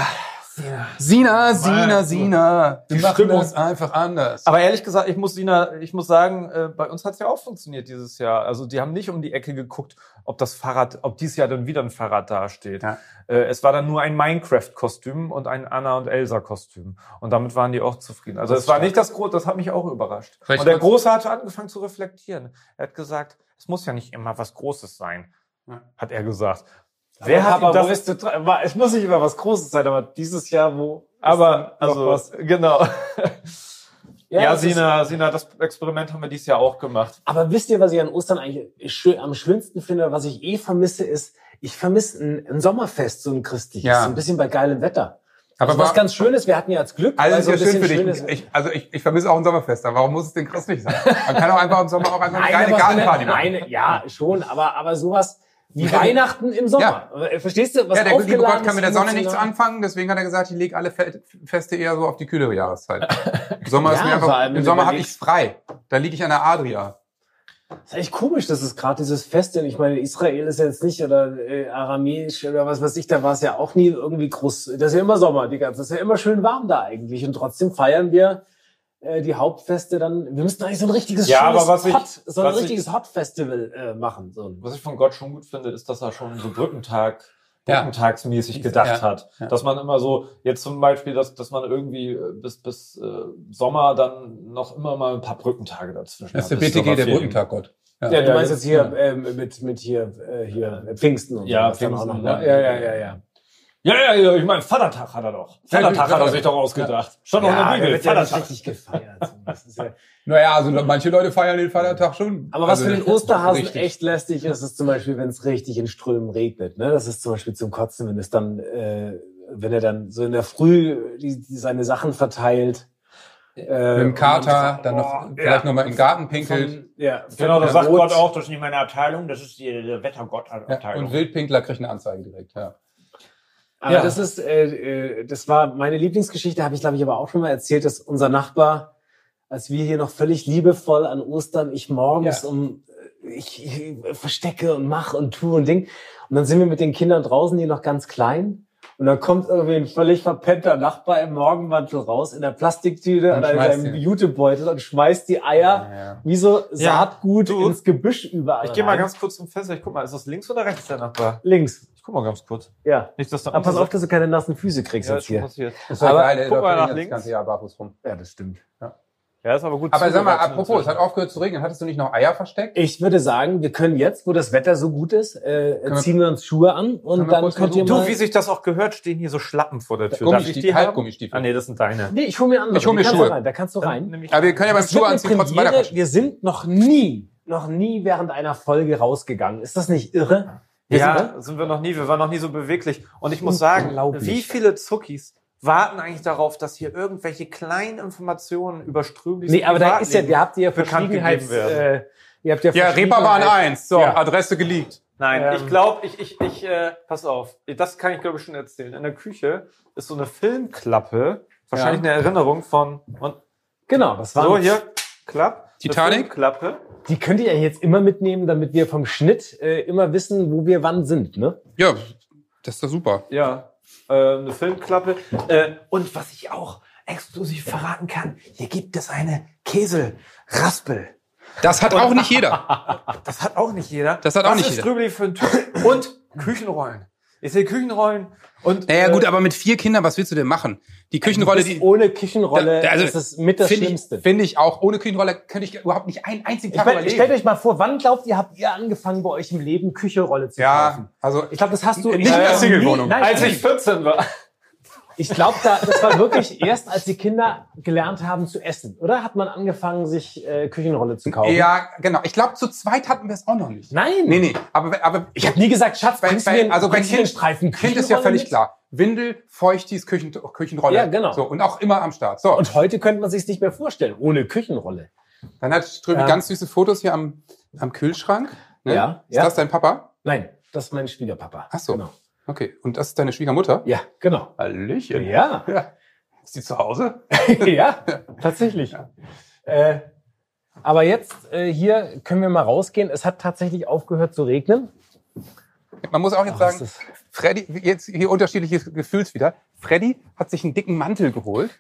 C: Sina, Sina,
B: also,
C: Sina. Die machen
A: Stimmung-
C: das einfach anders.
A: Aber ehrlich gesagt, ich muss Sina, ich muss sagen, äh, bei uns hat es ja auch funktioniert dieses Jahr. Also die haben nicht um die Ecke geguckt, ob das Fahrrad, ob dieses Jahr dann wieder ein Fahrrad dasteht.
C: Ja.
A: Äh, es war dann nur ein Minecraft-Kostüm und ein Anna und Elsa-Kostüm. Und damit waren die auch zufrieden. Also
C: Das
A: es war
C: stimmt.
A: nicht das Große, das hat mich auch überrascht.
C: Vielleicht
A: und der
C: kurz-
A: Große hatte angefangen zu reflektieren. Er hat gesagt, es muss ja nicht immer was Großes sein,
C: Ja.
A: hat er gesagt.
B: Wer hat
A: ihm
B: aber wo ist zu tra- war- Es muss nicht immer was Großes sein, aber dieses Jahr, wo. ist
A: Aber,
B: denn noch
A: also,
B: was?
A: genau. Ja,
B: das ist-
A: Sina, Sina, das Experiment haben wir dieses Jahr auch gemacht.
B: Aber wisst ihr, was ich an Ostern eigentlich schö- am schönsten finde, was ich eh vermisse, ist, ich vermisse ein, ein Sommerfest, so ein christliches,
C: Ja.
B: ein bisschen bei geilem Wetter.
C: Aber
B: Aber was
C: war-
B: ganz Schönes, wir hatten ja als Glück,
C: Alles
B: so
C: ist ja schön für dich.
B: schönes-
C: Ich, also ich, ich vermisse auch ein Sommerfest. Aber warum muss es denn christlich sein? Man kann auch einfach im Sommer auch einfach eine
B: Nein,
C: geile
B: aber so
C: Gartenparty
B: eine,
C: machen.
B: eine, ja, schon, aber, aber sowas wie Weihnachten im Sommer. Äh, Verstehst du, was
C: Ja, der liebe
B: aufgeladen
C: Gott kann mit der
B: ist,
C: Sonne nichts
B: emotional-
C: anfangen, deswegen hat er gesagt, ich lege alle Fe- Feste eher so auf die kühle Jahreszeit. Im Sommer ist
B: Ja,
C: mir
B: vor
C: einfach,
B: allem, wenn du
C: im Sommer habe ich
B: überlegst-
C: frei. Da liege ich an der Adria.
B: Das ist echt komisch, dass es gerade dieses Fest, denn ich meine, Israel ist jetzt nicht oder äh, aramäisch oder was weiß ich, da war es ja auch nie irgendwie groß. Das ist ja immer Sommer, die ganze, das ist ja immer schön warm da eigentlich und trotzdem feiern wir äh, die Hauptfeste dann. Wir müssten eigentlich so ein richtiges
A: Ja,
B: schönes
A: aber was ich-
B: Hot, so ein
A: was ich-
B: richtiges Hot Festival äh, machen. So ein,
A: Was ich von Gott schon gut finde, ist, dass er schon so Brückentag,
C: Ja.
A: Brückentagsmäßig gedacht
C: Ja.
A: hat.
C: Ja.
A: Dass man immer so, jetzt zum Beispiel, dass, dass man irgendwie äh, bis, bis äh, Sommer dann noch immer mal ein paar Brückentage dazwischen
C: Das ist der
A: hat. Bis
C: BTG, der
A: Sommerferien.
C: Brückentaggott. Ja.
B: ja, du
A: ja,
B: meinst
A: ja.
B: jetzt hier ähm, mit mit hier äh, hier äh, Pfingsten und
A: Ja,
B: sowas dann auch
A: Pfingsten,
B: noch, ne?
A: ja.
B: ja, ja, ja, ja.
A: Ja, ja, ja, ich meine, Vatertag hat er doch. Vatertag hat er sich doch ausgedacht. Schon noch
B: Ja,
A: eine
B: der
A: Bibel,
B: wird ja nicht
A: Vatertag.
B: richtig gefeiert. Das ist ja,
C: Naja, also manche Leute feiern den Feiertag schon.
B: Aber was
C: Also,
B: für den Osterhasen
C: richtig.
B: echt lästig ist, ist zum Beispiel, wenn es richtig in Strömen regnet. Ne? Das ist zum Beispiel zum Kotzen, wenn es dann, äh, wenn er dann so in der Früh die, die seine Sachen verteilt. Äh,
C: Mit dem Kater,
B: und
C: dann noch,
B: boah,
C: vielleicht
B: Oh, ja,
C: nochmal im Garten pinkelt.
B: Von, ja, von
A: Genau, das sagt
B: Rot.
A: Gott auch, das ist nicht meine Abteilung, das ist die, der Wettergott
C: Ja,
A: Abteilung.
C: und Wildpinkler kriegt eine Anzeige direkt, ja.
B: Aber
A: Ja.
B: das ist, äh, äh, das war meine Lieblingsgeschichte, habe ich glaube ich aber auch schon mal erzählt, dass unser Nachbar, als wir hier noch völlig liebevoll an Ostern, ich morgens
C: Ja.
B: um, äh, ich, ich verstecke und mache und tue und Ding. Und dann sind wir mit den Kindern draußen, die noch ganz klein. Und dann kommt irgendwie ein völlig verpennter Nachbar im Morgenmantel raus, in der Plastiktüte
C: Und
B: oder in
C: schmeißt
B: seinem
C: die.
B: Jutebeutel und schmeißt die Eier
C: ja.
B: wie so
A: Ja,
B: Saatgut
A: du.
B: ins Gebüsch überall.
A: Ich gehe mal
B: rein.
A: ganz kurz zum Fenster. Ich guck mal, ist das links oder rechts der Nachbar?
B: links.
A: Ich guck mal ganz kurz.
B: Ja.
A: Nicht, dass da
B: Aber pass auf, dass du keine nassen Füße kriegst
A: ja,
B: jetzt
A: ist schon
B: hier.
A: passiert.
C: Ist ja
B: Aber
C: geil, der
A: guck mal
C: läuft
A: nach
C: das
A: links.
C: ganze Jahr barfuß rum.
B: Ja, das stimmt.
A: Ja, ist aber gut.
C: Aber sag mal,
A: zugewachsen
C: apropos, es
A: inzwischen.
C: hat aufgehört zu regnen. Hattest du nicht noch Eier versteckt?
B: Ich würde sagen, wir können jetzt, wo das Wetter so gut ist, äh,
C: Können wir-
B: ziehen wir uns Schuhe an
C: Können
B: und
C: wir
B: dann
C: kurz
B: könnt ihr
A: Du,
B: mal...
A: wie sich das auch gehört, stehen hier so Schlappen vor der Tür. Darf ich
C: Gummistiefel,
A: die haben?
C: Halbgummistiefel.
A: Ah, nee, das sind deine.
B: nee, ich hole mir andere.
C: Ich hol mir
B: Die kannst
C: Schuhe.
B: du Rein. Da kannst du rein.
A: Nämlich
C: Aber wir können ja beim
B: Es wird
C: Schuhe
B: eine
C: anziehen trotzdem
B: Premiere.
C: weiter
B: Wir sind noch nie, noch nie während einer Folge rausgegangen. Ist das nicht irre? Wir
A: ja,
B: sind-
A: sind wir noch nie. Wir waren noch nie so beweglich. Und ich muss sagen,
B: Hm, Unglaublich.
A: wie viele Zuckis warten eigentlich darauf, dass hier irgendwelche kleinen Informationen über Strömlichs
B: Nee, aber da ist ja, ihr habt ja
A: bekannt gegeben
B: Verschwiegenheits...
A: werden.
B: Äh, ihr habt ja,
C: Ja, Reeperbahn
B: Verschwiegenheits-
C: 1. So,
B: Ja.
C: Adresse geleakt.
A: Nein,
B: Ähm.
A: ich glaube, ich, ich, ich, äh, pass auf, das kann ich glaube ich schon erzählen. In der Küche ist so eine Filmklappe, wahrscheinlich eine Erinnerung von, und
B: Genau, das war
A: so hier, klapp.
C: Titanic?
A: Klappe.
B: Die könnt ihr ja jetzt immer mitnehmen, damit wir vom Schnitt äh, immer wissen, wo wir wann sind, ne?
C: Ja, das ist doch super.
A: Ja, äh, eine Filmklappe. Äh, und was ich auch exklusiv verraten kann, hier gibt es eine Käselraspel.
C: Das hat auch nicht jeder.
A: Das hat auch nicht jeder.
C: Das hat auch
A: was
C: nicht
A: ist
C: jeder.
A: Ströbeli für ein Typ? Und Küchenrollen. Ich sehe Küchenrollen und
C: Naja, gut,
A: äh,
C: aber mit vier Kindern, was willst du denn machen? Die Küchenrolle,
B: Bis
C: die.
B: ohne Küchenrolle
C: Da- da- also,
B: ist es mit das
C: Finde ich,
B: Schlimmste.
C: finde ich auch. Ohne Küchenrolle könnte ich überhaupt nicht einen einzigen
B: ich
C: Tag
B: meine, stellt
C: überleben.
B: euch mal vor, wann glaubt ihr, habt ihr angefangen, bei euch im Leben Küchenrolle zu kaufen?
C: Ja, also
B: Ich glaube, das hast du
C: Nicht in der
B: äh,
C: Single-Wohnung.
B: nie- nein,
A: als ich 14 war.
B: Ich glaube, da, das war wirklich erst, als die Kinder gelernt haben zu essen, oder? Hat man angefangen, sich äh, Küchenrolle zu kaufen?
C: Ja, genau. Ich glaube, zu zweit hatten wir es auch noch nicht.
B: Nein.
C: Nee, nee. Aber, aber
B: Ich habe nie gesagt, Schatz,
C: bei,
B: bringst du
C: bei,
B: mir einen-
C: also bei
B: bringst du mir einen
C: Kind,
B: Streifen
C: kind ist ja
B: Küchenrolle
C: völlig
B: mit?
C: klar. Windel, Feuchtis, Küchen, Küchenrolle.
B: Ja, genau.
C: So, und auch immer am Start. So,
B: Und heute könnte man sich nicht mehr vorstellen, ohne Küchenrolle.
C: dann hat Ströbi
B: Ja.
C: ganz süße Fotos hier am, am Kühlschrank. Ne?
B: Ähm, Ja,
C: Ist
B: ja.
C: das dein Papa?
B: Nein, das ist mein Schwiegerpapa.
C: Ach so.
B: Genau.
C: Okay. Und das ist deine Schwiegermutter?
B: Ja, genau.
C: Hallöchen.
B: Ja,
C: ja. Ist die zu Hause?
B: ja, tatsächlich. Äh, aber jetzt äh, hier können wir mal rausgehen. Es hat tatsächlich aufgehört zu regnen.
C: Man muss auch jetzt
B: Ach, es
C: sagen,
B: ist-
C: Freddy, jetzt hier unterschiedliche Gefühls wieder. Freddy hat sich einen dicken Mantel geholt.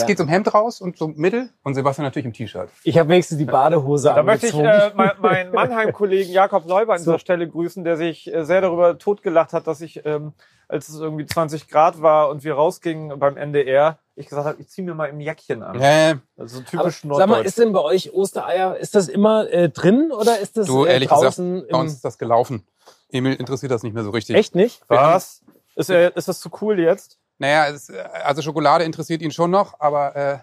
B: Ja.
C: geht zum Hemd raus und zum Mittel und Sebastian natürlich im T-Shirt.
B: Ich habe wenigstens die Badehose
A: Da möchte ich
B: angezogen.
A: äh, mein, meinen Mannheim-Kollegen Jakob Neuber an
B: So.
A: dieser Stelle grüßen, der sich äh, sehr darüber totgelacht hat, dass ich, ähm, als es irgendwie 20 Grad war und wir rausgingen beim NDR, ich gesagt habe, ich ziehe mir mal im Jäckchen an.
C: Äh,
A: Also
B: aber,
A: typisch
B: sag mal,
A: Norddeutsch.
B: ist denn bei euch Ostereier, ist das immer äh, drin oder ist das
C: Du,
B: äh,
C: ehrlich
B: draußen
C: gesagt, bei uns ist das gelaufen. Emil interessiert das nicht mehr so richtig.
B: im, echt nicht?
A: Was? Ist, äh, ist das zu cool jetzt?
C: Naja, es, äh, also Schokolade interessiert ihn schon noch, aber äh,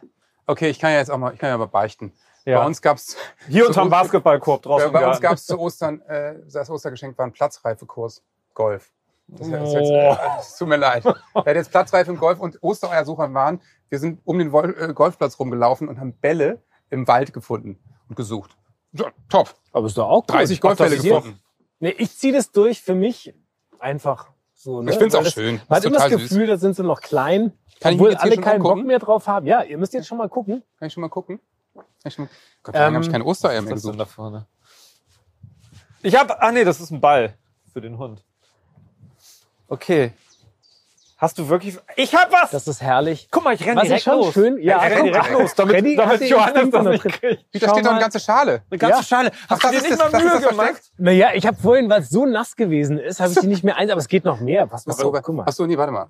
C: okay, ich kann ja jetzt auch mal, ich kann ja mal beichten.
A: Ja.
C: Bei uns gab's
A: Hier
C: So
A: unterm
C: gut-
A: Basketballkorb draußen.
C: äh,
A: im
C: bei
A: Garten.
C: uns gab's zu Ostern, äh, das Ostergeschenk war ein Platzreifekurs Golf. Das, das, das,
A: Oh.
C: das also, tut mir leid. Wir hatten jetzt Platzreife im Golf und Ostereiersuchern waren. Wir sind um den Wol äh, Golfplatz rumgelaufen und haben Bälle im Wald gefunden und gesucht. So, top.
B: Aber ist doch auch gut.
C: 30
B: Ob das
C: Golfbälle
B: ist hier-
C: gefunden.
B: Nee, ich ziehe das durch für mich einfach so. Ne?
C: Ich find's
B: Weil
C: auch
B: das- Man
C: schön. Ist
B: hat immer das
C: total süß.
B: Gefühl, da sind sie noch klein.
C: Kann ich mir
B: obwohl
C: jetzt hier
B: alle
C: schon
B: keinen Bock
C: angucken?
B: mehr drauf haben. Ja, ihr müsst jetzt schon mal gucken.
C: Kann ich schon mal gucken? Kann ich schon mal Gott, wie lange
B: Ähm,
C: habe ich kein Ostereier
A: Was
C: mehr
A: ist das denn
C: gesucht?
A: da vorne? Ich hab, ah nee, das ist ein Ball für den Hund. Okay. Hast du wirklich, ich hab was!
B: Das ist herrlich.
A: Guck mal, ich renn
B: Was ich
A: direkt
B: schon
A: los.
B: schön- ja,
A: ich renn
B: guck
A: direkt
B: mal.
A: los, damit,
B: Freddy hat
A: damit
B: die
A: Johannes das
B: Instinkte
A: nicht
B: noch drin.
A: kriegt.
C: Wie, da
A: Schau
C: steht doch eine
A: mal.
C: ganze Schale.
A: Eine ganze
B: Ja.
A: Schale. Hast
C: das
A: du dir
C: ist
A: nicht
C: das-
A: mal
C: das ist
A: Mühe
C: das Versteck?
A: gemacht?
B: Naja, ich habe vorhin, weil es so nass gewesen ist, habe ich die nicht mehr ein, aber es geht noch mehr. Pass mal
C: Achso,
B: auf, guck mal.
C: achso, nee, warte mal.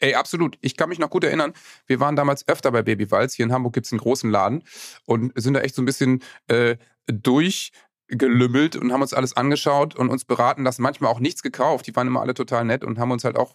C: Ey, absolut. Ich kann mich noch gut erinnern, wir waren damals öfter bei Baby Walz. Hier in Hamburg gibt es einen großen Laden und sind da echt so ein bisschen äh, durchgelümmelt und haben uns alles angeschaut und uns beraten lassen. Manchmal auch nichts gekauft. Die waren immer alle total nett und haben uns halt auch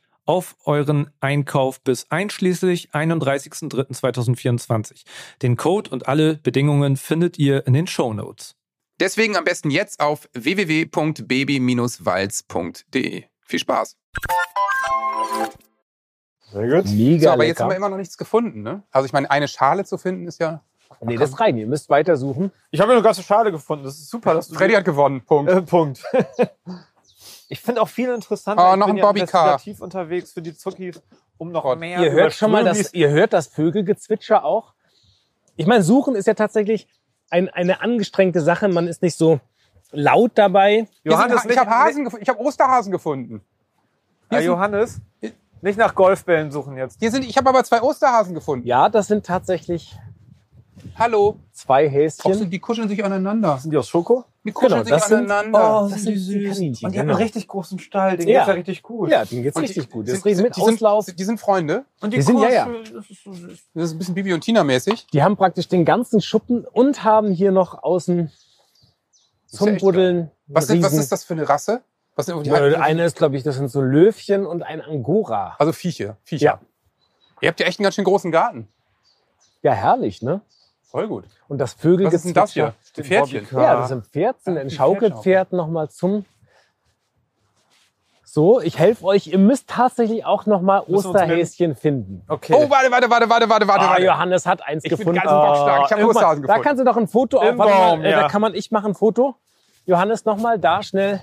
E: auf euren Einkauf bis einschließlich 31.03.2024. Den Code und alle Bedingungen findet ihr in den Show Notes.
C: Deswegen am besten jetzt auf www.baby-walz.de. Viel Spaß.
A: Sehr gut.
G: Mega
C: So, aber jetzt
G: lecker.
C: haben wir immer noch nichts gefunden, ne? Also ich meine, eine Schale zu finden ist ja.
G: nee, das reicht. Ihr müsst weitersuchen.
A: Ich habe eine ganze Schale gefunden. Das ist super, dass du.
C: Mhm. Freddy hat gewonnen. Punkt.
A: äh, Punkt. ich finde auch viel interessanter.
C: Oh,
A: ich
C: noch
A: bin
C: ein
A: ja
C: Bobbycar.
A: investigativ unterwegs für die Zuckis, um noch
C: Gott.
A: mehr.
G: ihr
A: über
G: hört schon mal
A: Strömlis-
G: das, ihr hört das Vögelgezwitscher auch. Ich meine, suchen ist ja tatsächlich ein, eine angestrengte Sache. Man ist nicht so laut dabei.
C: Hier sind
A: Johannes,
C: Ha- ich habe Hasen gefunden. Ich habe Osterhasen
A: Ja,
C: gefunden. Hier
G: Ah,
C: sind,
A: Johannes, nicht nach Golfbällen suchen jetzt.
C: hier sind ich habe aber zwei Osterhasen gefunden.
G: Ja, das sind tatsächlich
C: Hallo.
G: zwei
C: Auch
G: Häschen.
C: sind, die kuscheln sich aneinander.
A: Sind die aus Schoko?
C: Die kuscheln
G: Genau, das
C: sich
G: sind-
C: aneinander.
G: das sind die Kaninchen.
A: Und die
G: genau.
A: haben einen richtig großen Stall, den
G: Ja.
A: geht's ja richtig gut.
G: ja, denen geht's
C: Und
G: richtig gut. Das
C: sind-
G: ist riesen mit
C: die sind,
G: Auslauf.
C: Die sind Freunde.
A: Und
G: Die sind- ja, ja.
A: ja.
C: Das ist ein bisschen Bibi und Tina mäßig.
G: Die haben praktisch den ganzen Schuppen und haben hier noch außen
C: ist
G: zum
C: ja echt
G: Buddeln.
C: Was, sind, was
G: riesen-
C: ist das für eine Rasse? Was sind die
G: Äh, Eine ist, glaube ich, das sind so Löwchen und ein Angora.
C: Also Viecher. Viecher.
G: Ja.
C: Ihr habt ja echt einen ganz schön großen Garten.
G: Ja, herrlich, ne?
C: Voll gut.
G: Und das
C: Was ist denn das hier?
G: Vögelgezwitscher.
C: Ein Pferdchen.
G: Ja, das sind Pferdchen, ein Schaukelpferd nochmal zum. So, ich helfe euch. Ihr müsst tatsächlich auch nochmal
A: wir uns mit-
G: Osterhäschen finden.
A: Okay.
C: Oh, warte, warte, warte, warte, warte, warte.
G: Ah,
C: warte.
G: Johannes hat eins
C: Ich bin
G: gefunden.
C: ganz im Bock stark. Ich hab
G: Ah, irgendwann-
C: Osterhasen
G: Da
C: gefunden.
G: kannst du doch ein Foto auf.
A: Im
G: warte
A: Baum,
G: mal, äh,
A: ja.
G: Da kann man, ich mache ein Foto. Johannes, nochmal da schnell.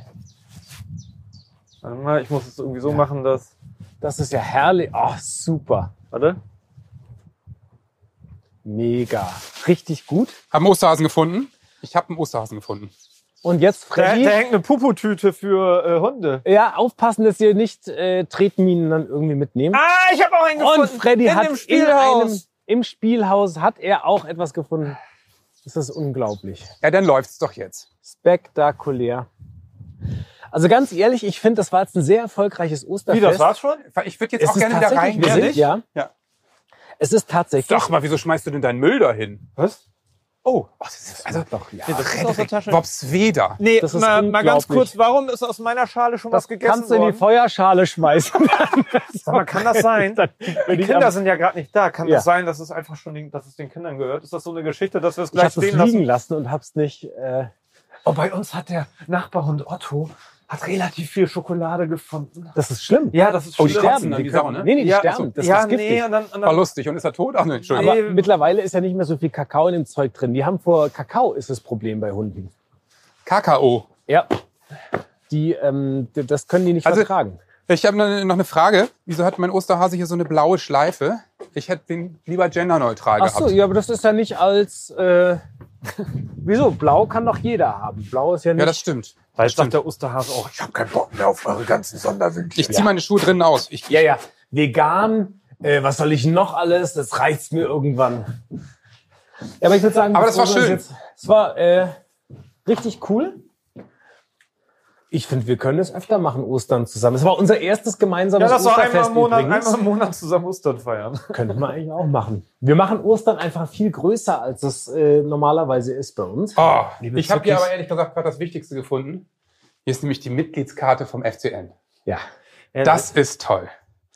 A: Warte mal, ich muss es irgendwie so machen, dass.
G: Das ist ja herrlich. Oh, super.
A: Warte.
G: Mega. Richtig gut.
C: Haben Osterhasen gefunden? Ich habe einen Osterhasen gefunden.
G: Und jetzt
A: Da, da
G: Freddy.
A: hängt eine Puputüte für äh, Hunde.
G: Ja, aufpassen, dass ihr nicht äh, Tretminen dann irgendwie mitnehmt.
A: Ah, ich habe auch einen
G: Und Freddy
A: in
G: hat
A: dem Spielhaus.
G: In einem, im Spielhaus hat er auch etwas gefunden. Das ist unglaublich.
C: Ja, dann läuft's doch jetzt.
G: Spektakulär. Also ganz ehrlich, ich finde, das war jetzt ein sehr erfolgreiches
A: Wie,
G: Osterfest.
A: das war's schon?
C: Ich würde jetzt
G: Es
C: auch
G: ist
C: gerne wieder rein.
G: tatsächlich, wir sind, ja.
C: Ja.
G: Es ist tatsächlich.
C: Sag mal, wieso schmeißt du denn deinen Müll dahin?
A: Was?
C: Oh, das ist also
G: Doch, ja.
A: Das ist aus der Tasche.
C: Bobs Weder.
A: Nee,
G: Das ist
A: mal, mal ganz
G: unglaublich.
A: kurz, warum ist aus meiner Schale schon was
G: Das
A: gegessen
G: kannst du in die
A: worden?
G: Feuerschale schmeißen.
A: Sag mal, kann das sein? Die
G: ich
A: Kinder
G: am-
A: sind ja gerade nicht da. Kann
G: Ja.
A: das sein, dass es einfach schon den, dass es den Kindern gehört? Ist das so eine Geschichte, dass wir es
G: Ich
A: gleich
G: hab's
A: stehen
G: liegen
A: lassen?
G: lassen. und hab's nicht. Äh,
A: Oh, bei uns hat der Nachbarhund Otto hat relativ viel Schokolade gefunden.
G: das ist schlimm.
A: Ja, das ist
C: Oh, die
A: schlimm.
C: sterben dann,
G: die
C: die Sau,
G: können-
C: ne?
G: Nee, nee, die
A: Ja,
G: sterben. Das
A: ja,
G: ist giftig.
A: nee, und dann, und
C: War
A: dann
C: lustig. Und ist er tot? Ach, nee, Entschuldigung.
G: Aber
A: Nee.
G: mittlerweile ist ja nicht mehr so viel Kakao in dem Zeug drin. Die haben vor Kakao ist das Problem bei Hunden.
C: KKO.
G: Ja. Die, ähm, d- das können die nicht
C: Also-
G: vertragen.
C: Ich habe noch noch eine Frage. Wieso hat mein Osterhase hier so eine blaue Schleife? Ich hätte den lieber genderneutral
G: Ach so,
C: gehabt.
G: ja, aber das ist ja nicht als. Äh, wieso? Blau kann doch jeder haben. Blau ist ja nicht.
C: Ja, das stimmt.
A: Weil sagt der Osterhase auch, ich habe keinen Bock mehr auf eure ganzen Sonderwünsche.
C: Ich ziehe meine Schuhe drinnen aus. Ich,
G: ja, ja. Vegan. Äh, was soll ich noch alles? Das reizt mir irgendwann. Ja, aber ich würde sagen,
C: Aber das war
G: bevor wir
C: schön.
G: uns jetzt- Es war äh, richtig cool. Ich finde, wir können es öfter machen, Ostern zusammen. Es war unser erstes gemeinsames
A: Ja, lass doch
G: Osterfest
A: einmal im Monat,
G: übrigens.
A: einmal im Monat zusammen Ostern feiern.
G: Könnten wir eigentlich auch machen. Wir machen Ostern einfach viel größer, als es äh, normalerweise ist bei uns.
C: oh,
G: Ah, Liebe
C: ich habe hier
G: Zuckis.
C: aber ehrlich gesagt gerade das Wichtigste gefunden. Hier ist nämlich die Mitgliedskarte vom FCN.
G: Ja,
C: Das ist toll.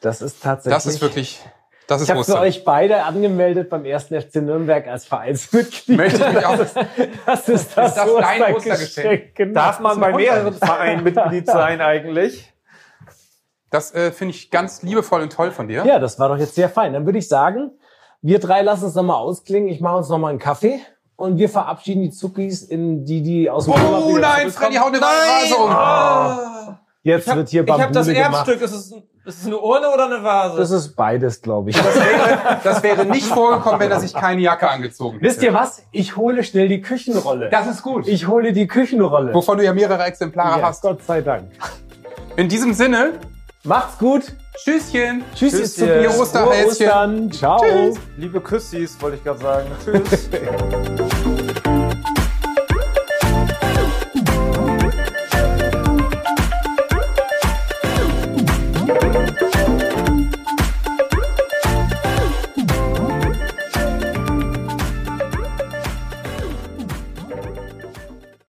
G: das ist tatsächlich.
C: Das ist wirklich, das ist
G: Ich habe für
C: Ostern.
G: euch beide angemeldet beim 1. FC Nürnberg als Vereinsmitglied.
C: Möchte ich mich auch
G: Das ist das,
C: Ist das dein
G: Ostergeschenk.
C: Ostergeschenk?
G: Genau.
A: Darf man bei mehreren Vereinen Mitglied sein eigentlich?
C: Das äh, finde ich ganz liebevoll und toll von dir.
G: Ja, das war doch jetzt sehr fein. Dann würde ich sagen, wir drei lassen es nochmal ausklingen. Ich mache uns nochmal einen Kaffee und wir verabschieden die Zuckis in die, die aus dem Urlaub
C: Oh
G: wieder
C: nein,
G: zurückkommen.
C: Freddy haut eine Vase um.
G: Jetzt wird hier Bambule gemacht.
A: Ist es, ist es eine Urne oder eine Vase?
G: Das ist beides, glaube ich.
C: Das wäre nicht vorgekommen, wenn er sich keine Jacke angezogen hätte.
G: Wisst ihr was? Ich hole schnell die Küchenrolle.
C: Das ist gut.
G: Ich hole die Küchenrolle.
C: Wovon du ja mehrere Exemplare
G: Ja,
C: hast.
G: Gott sei Dank.
C: In diesem Sinne,
G: Macht's gut.
C: Tschüsschen.
G: Tschüss,
A: Tschüss,
G: ihr Zuckis.
A: ihr
G: Frohe
C: Osterhäschen.
G: Ostern. Ciao.
A: Liebe Küssis, wollte ich gerade sagen. Tschüss.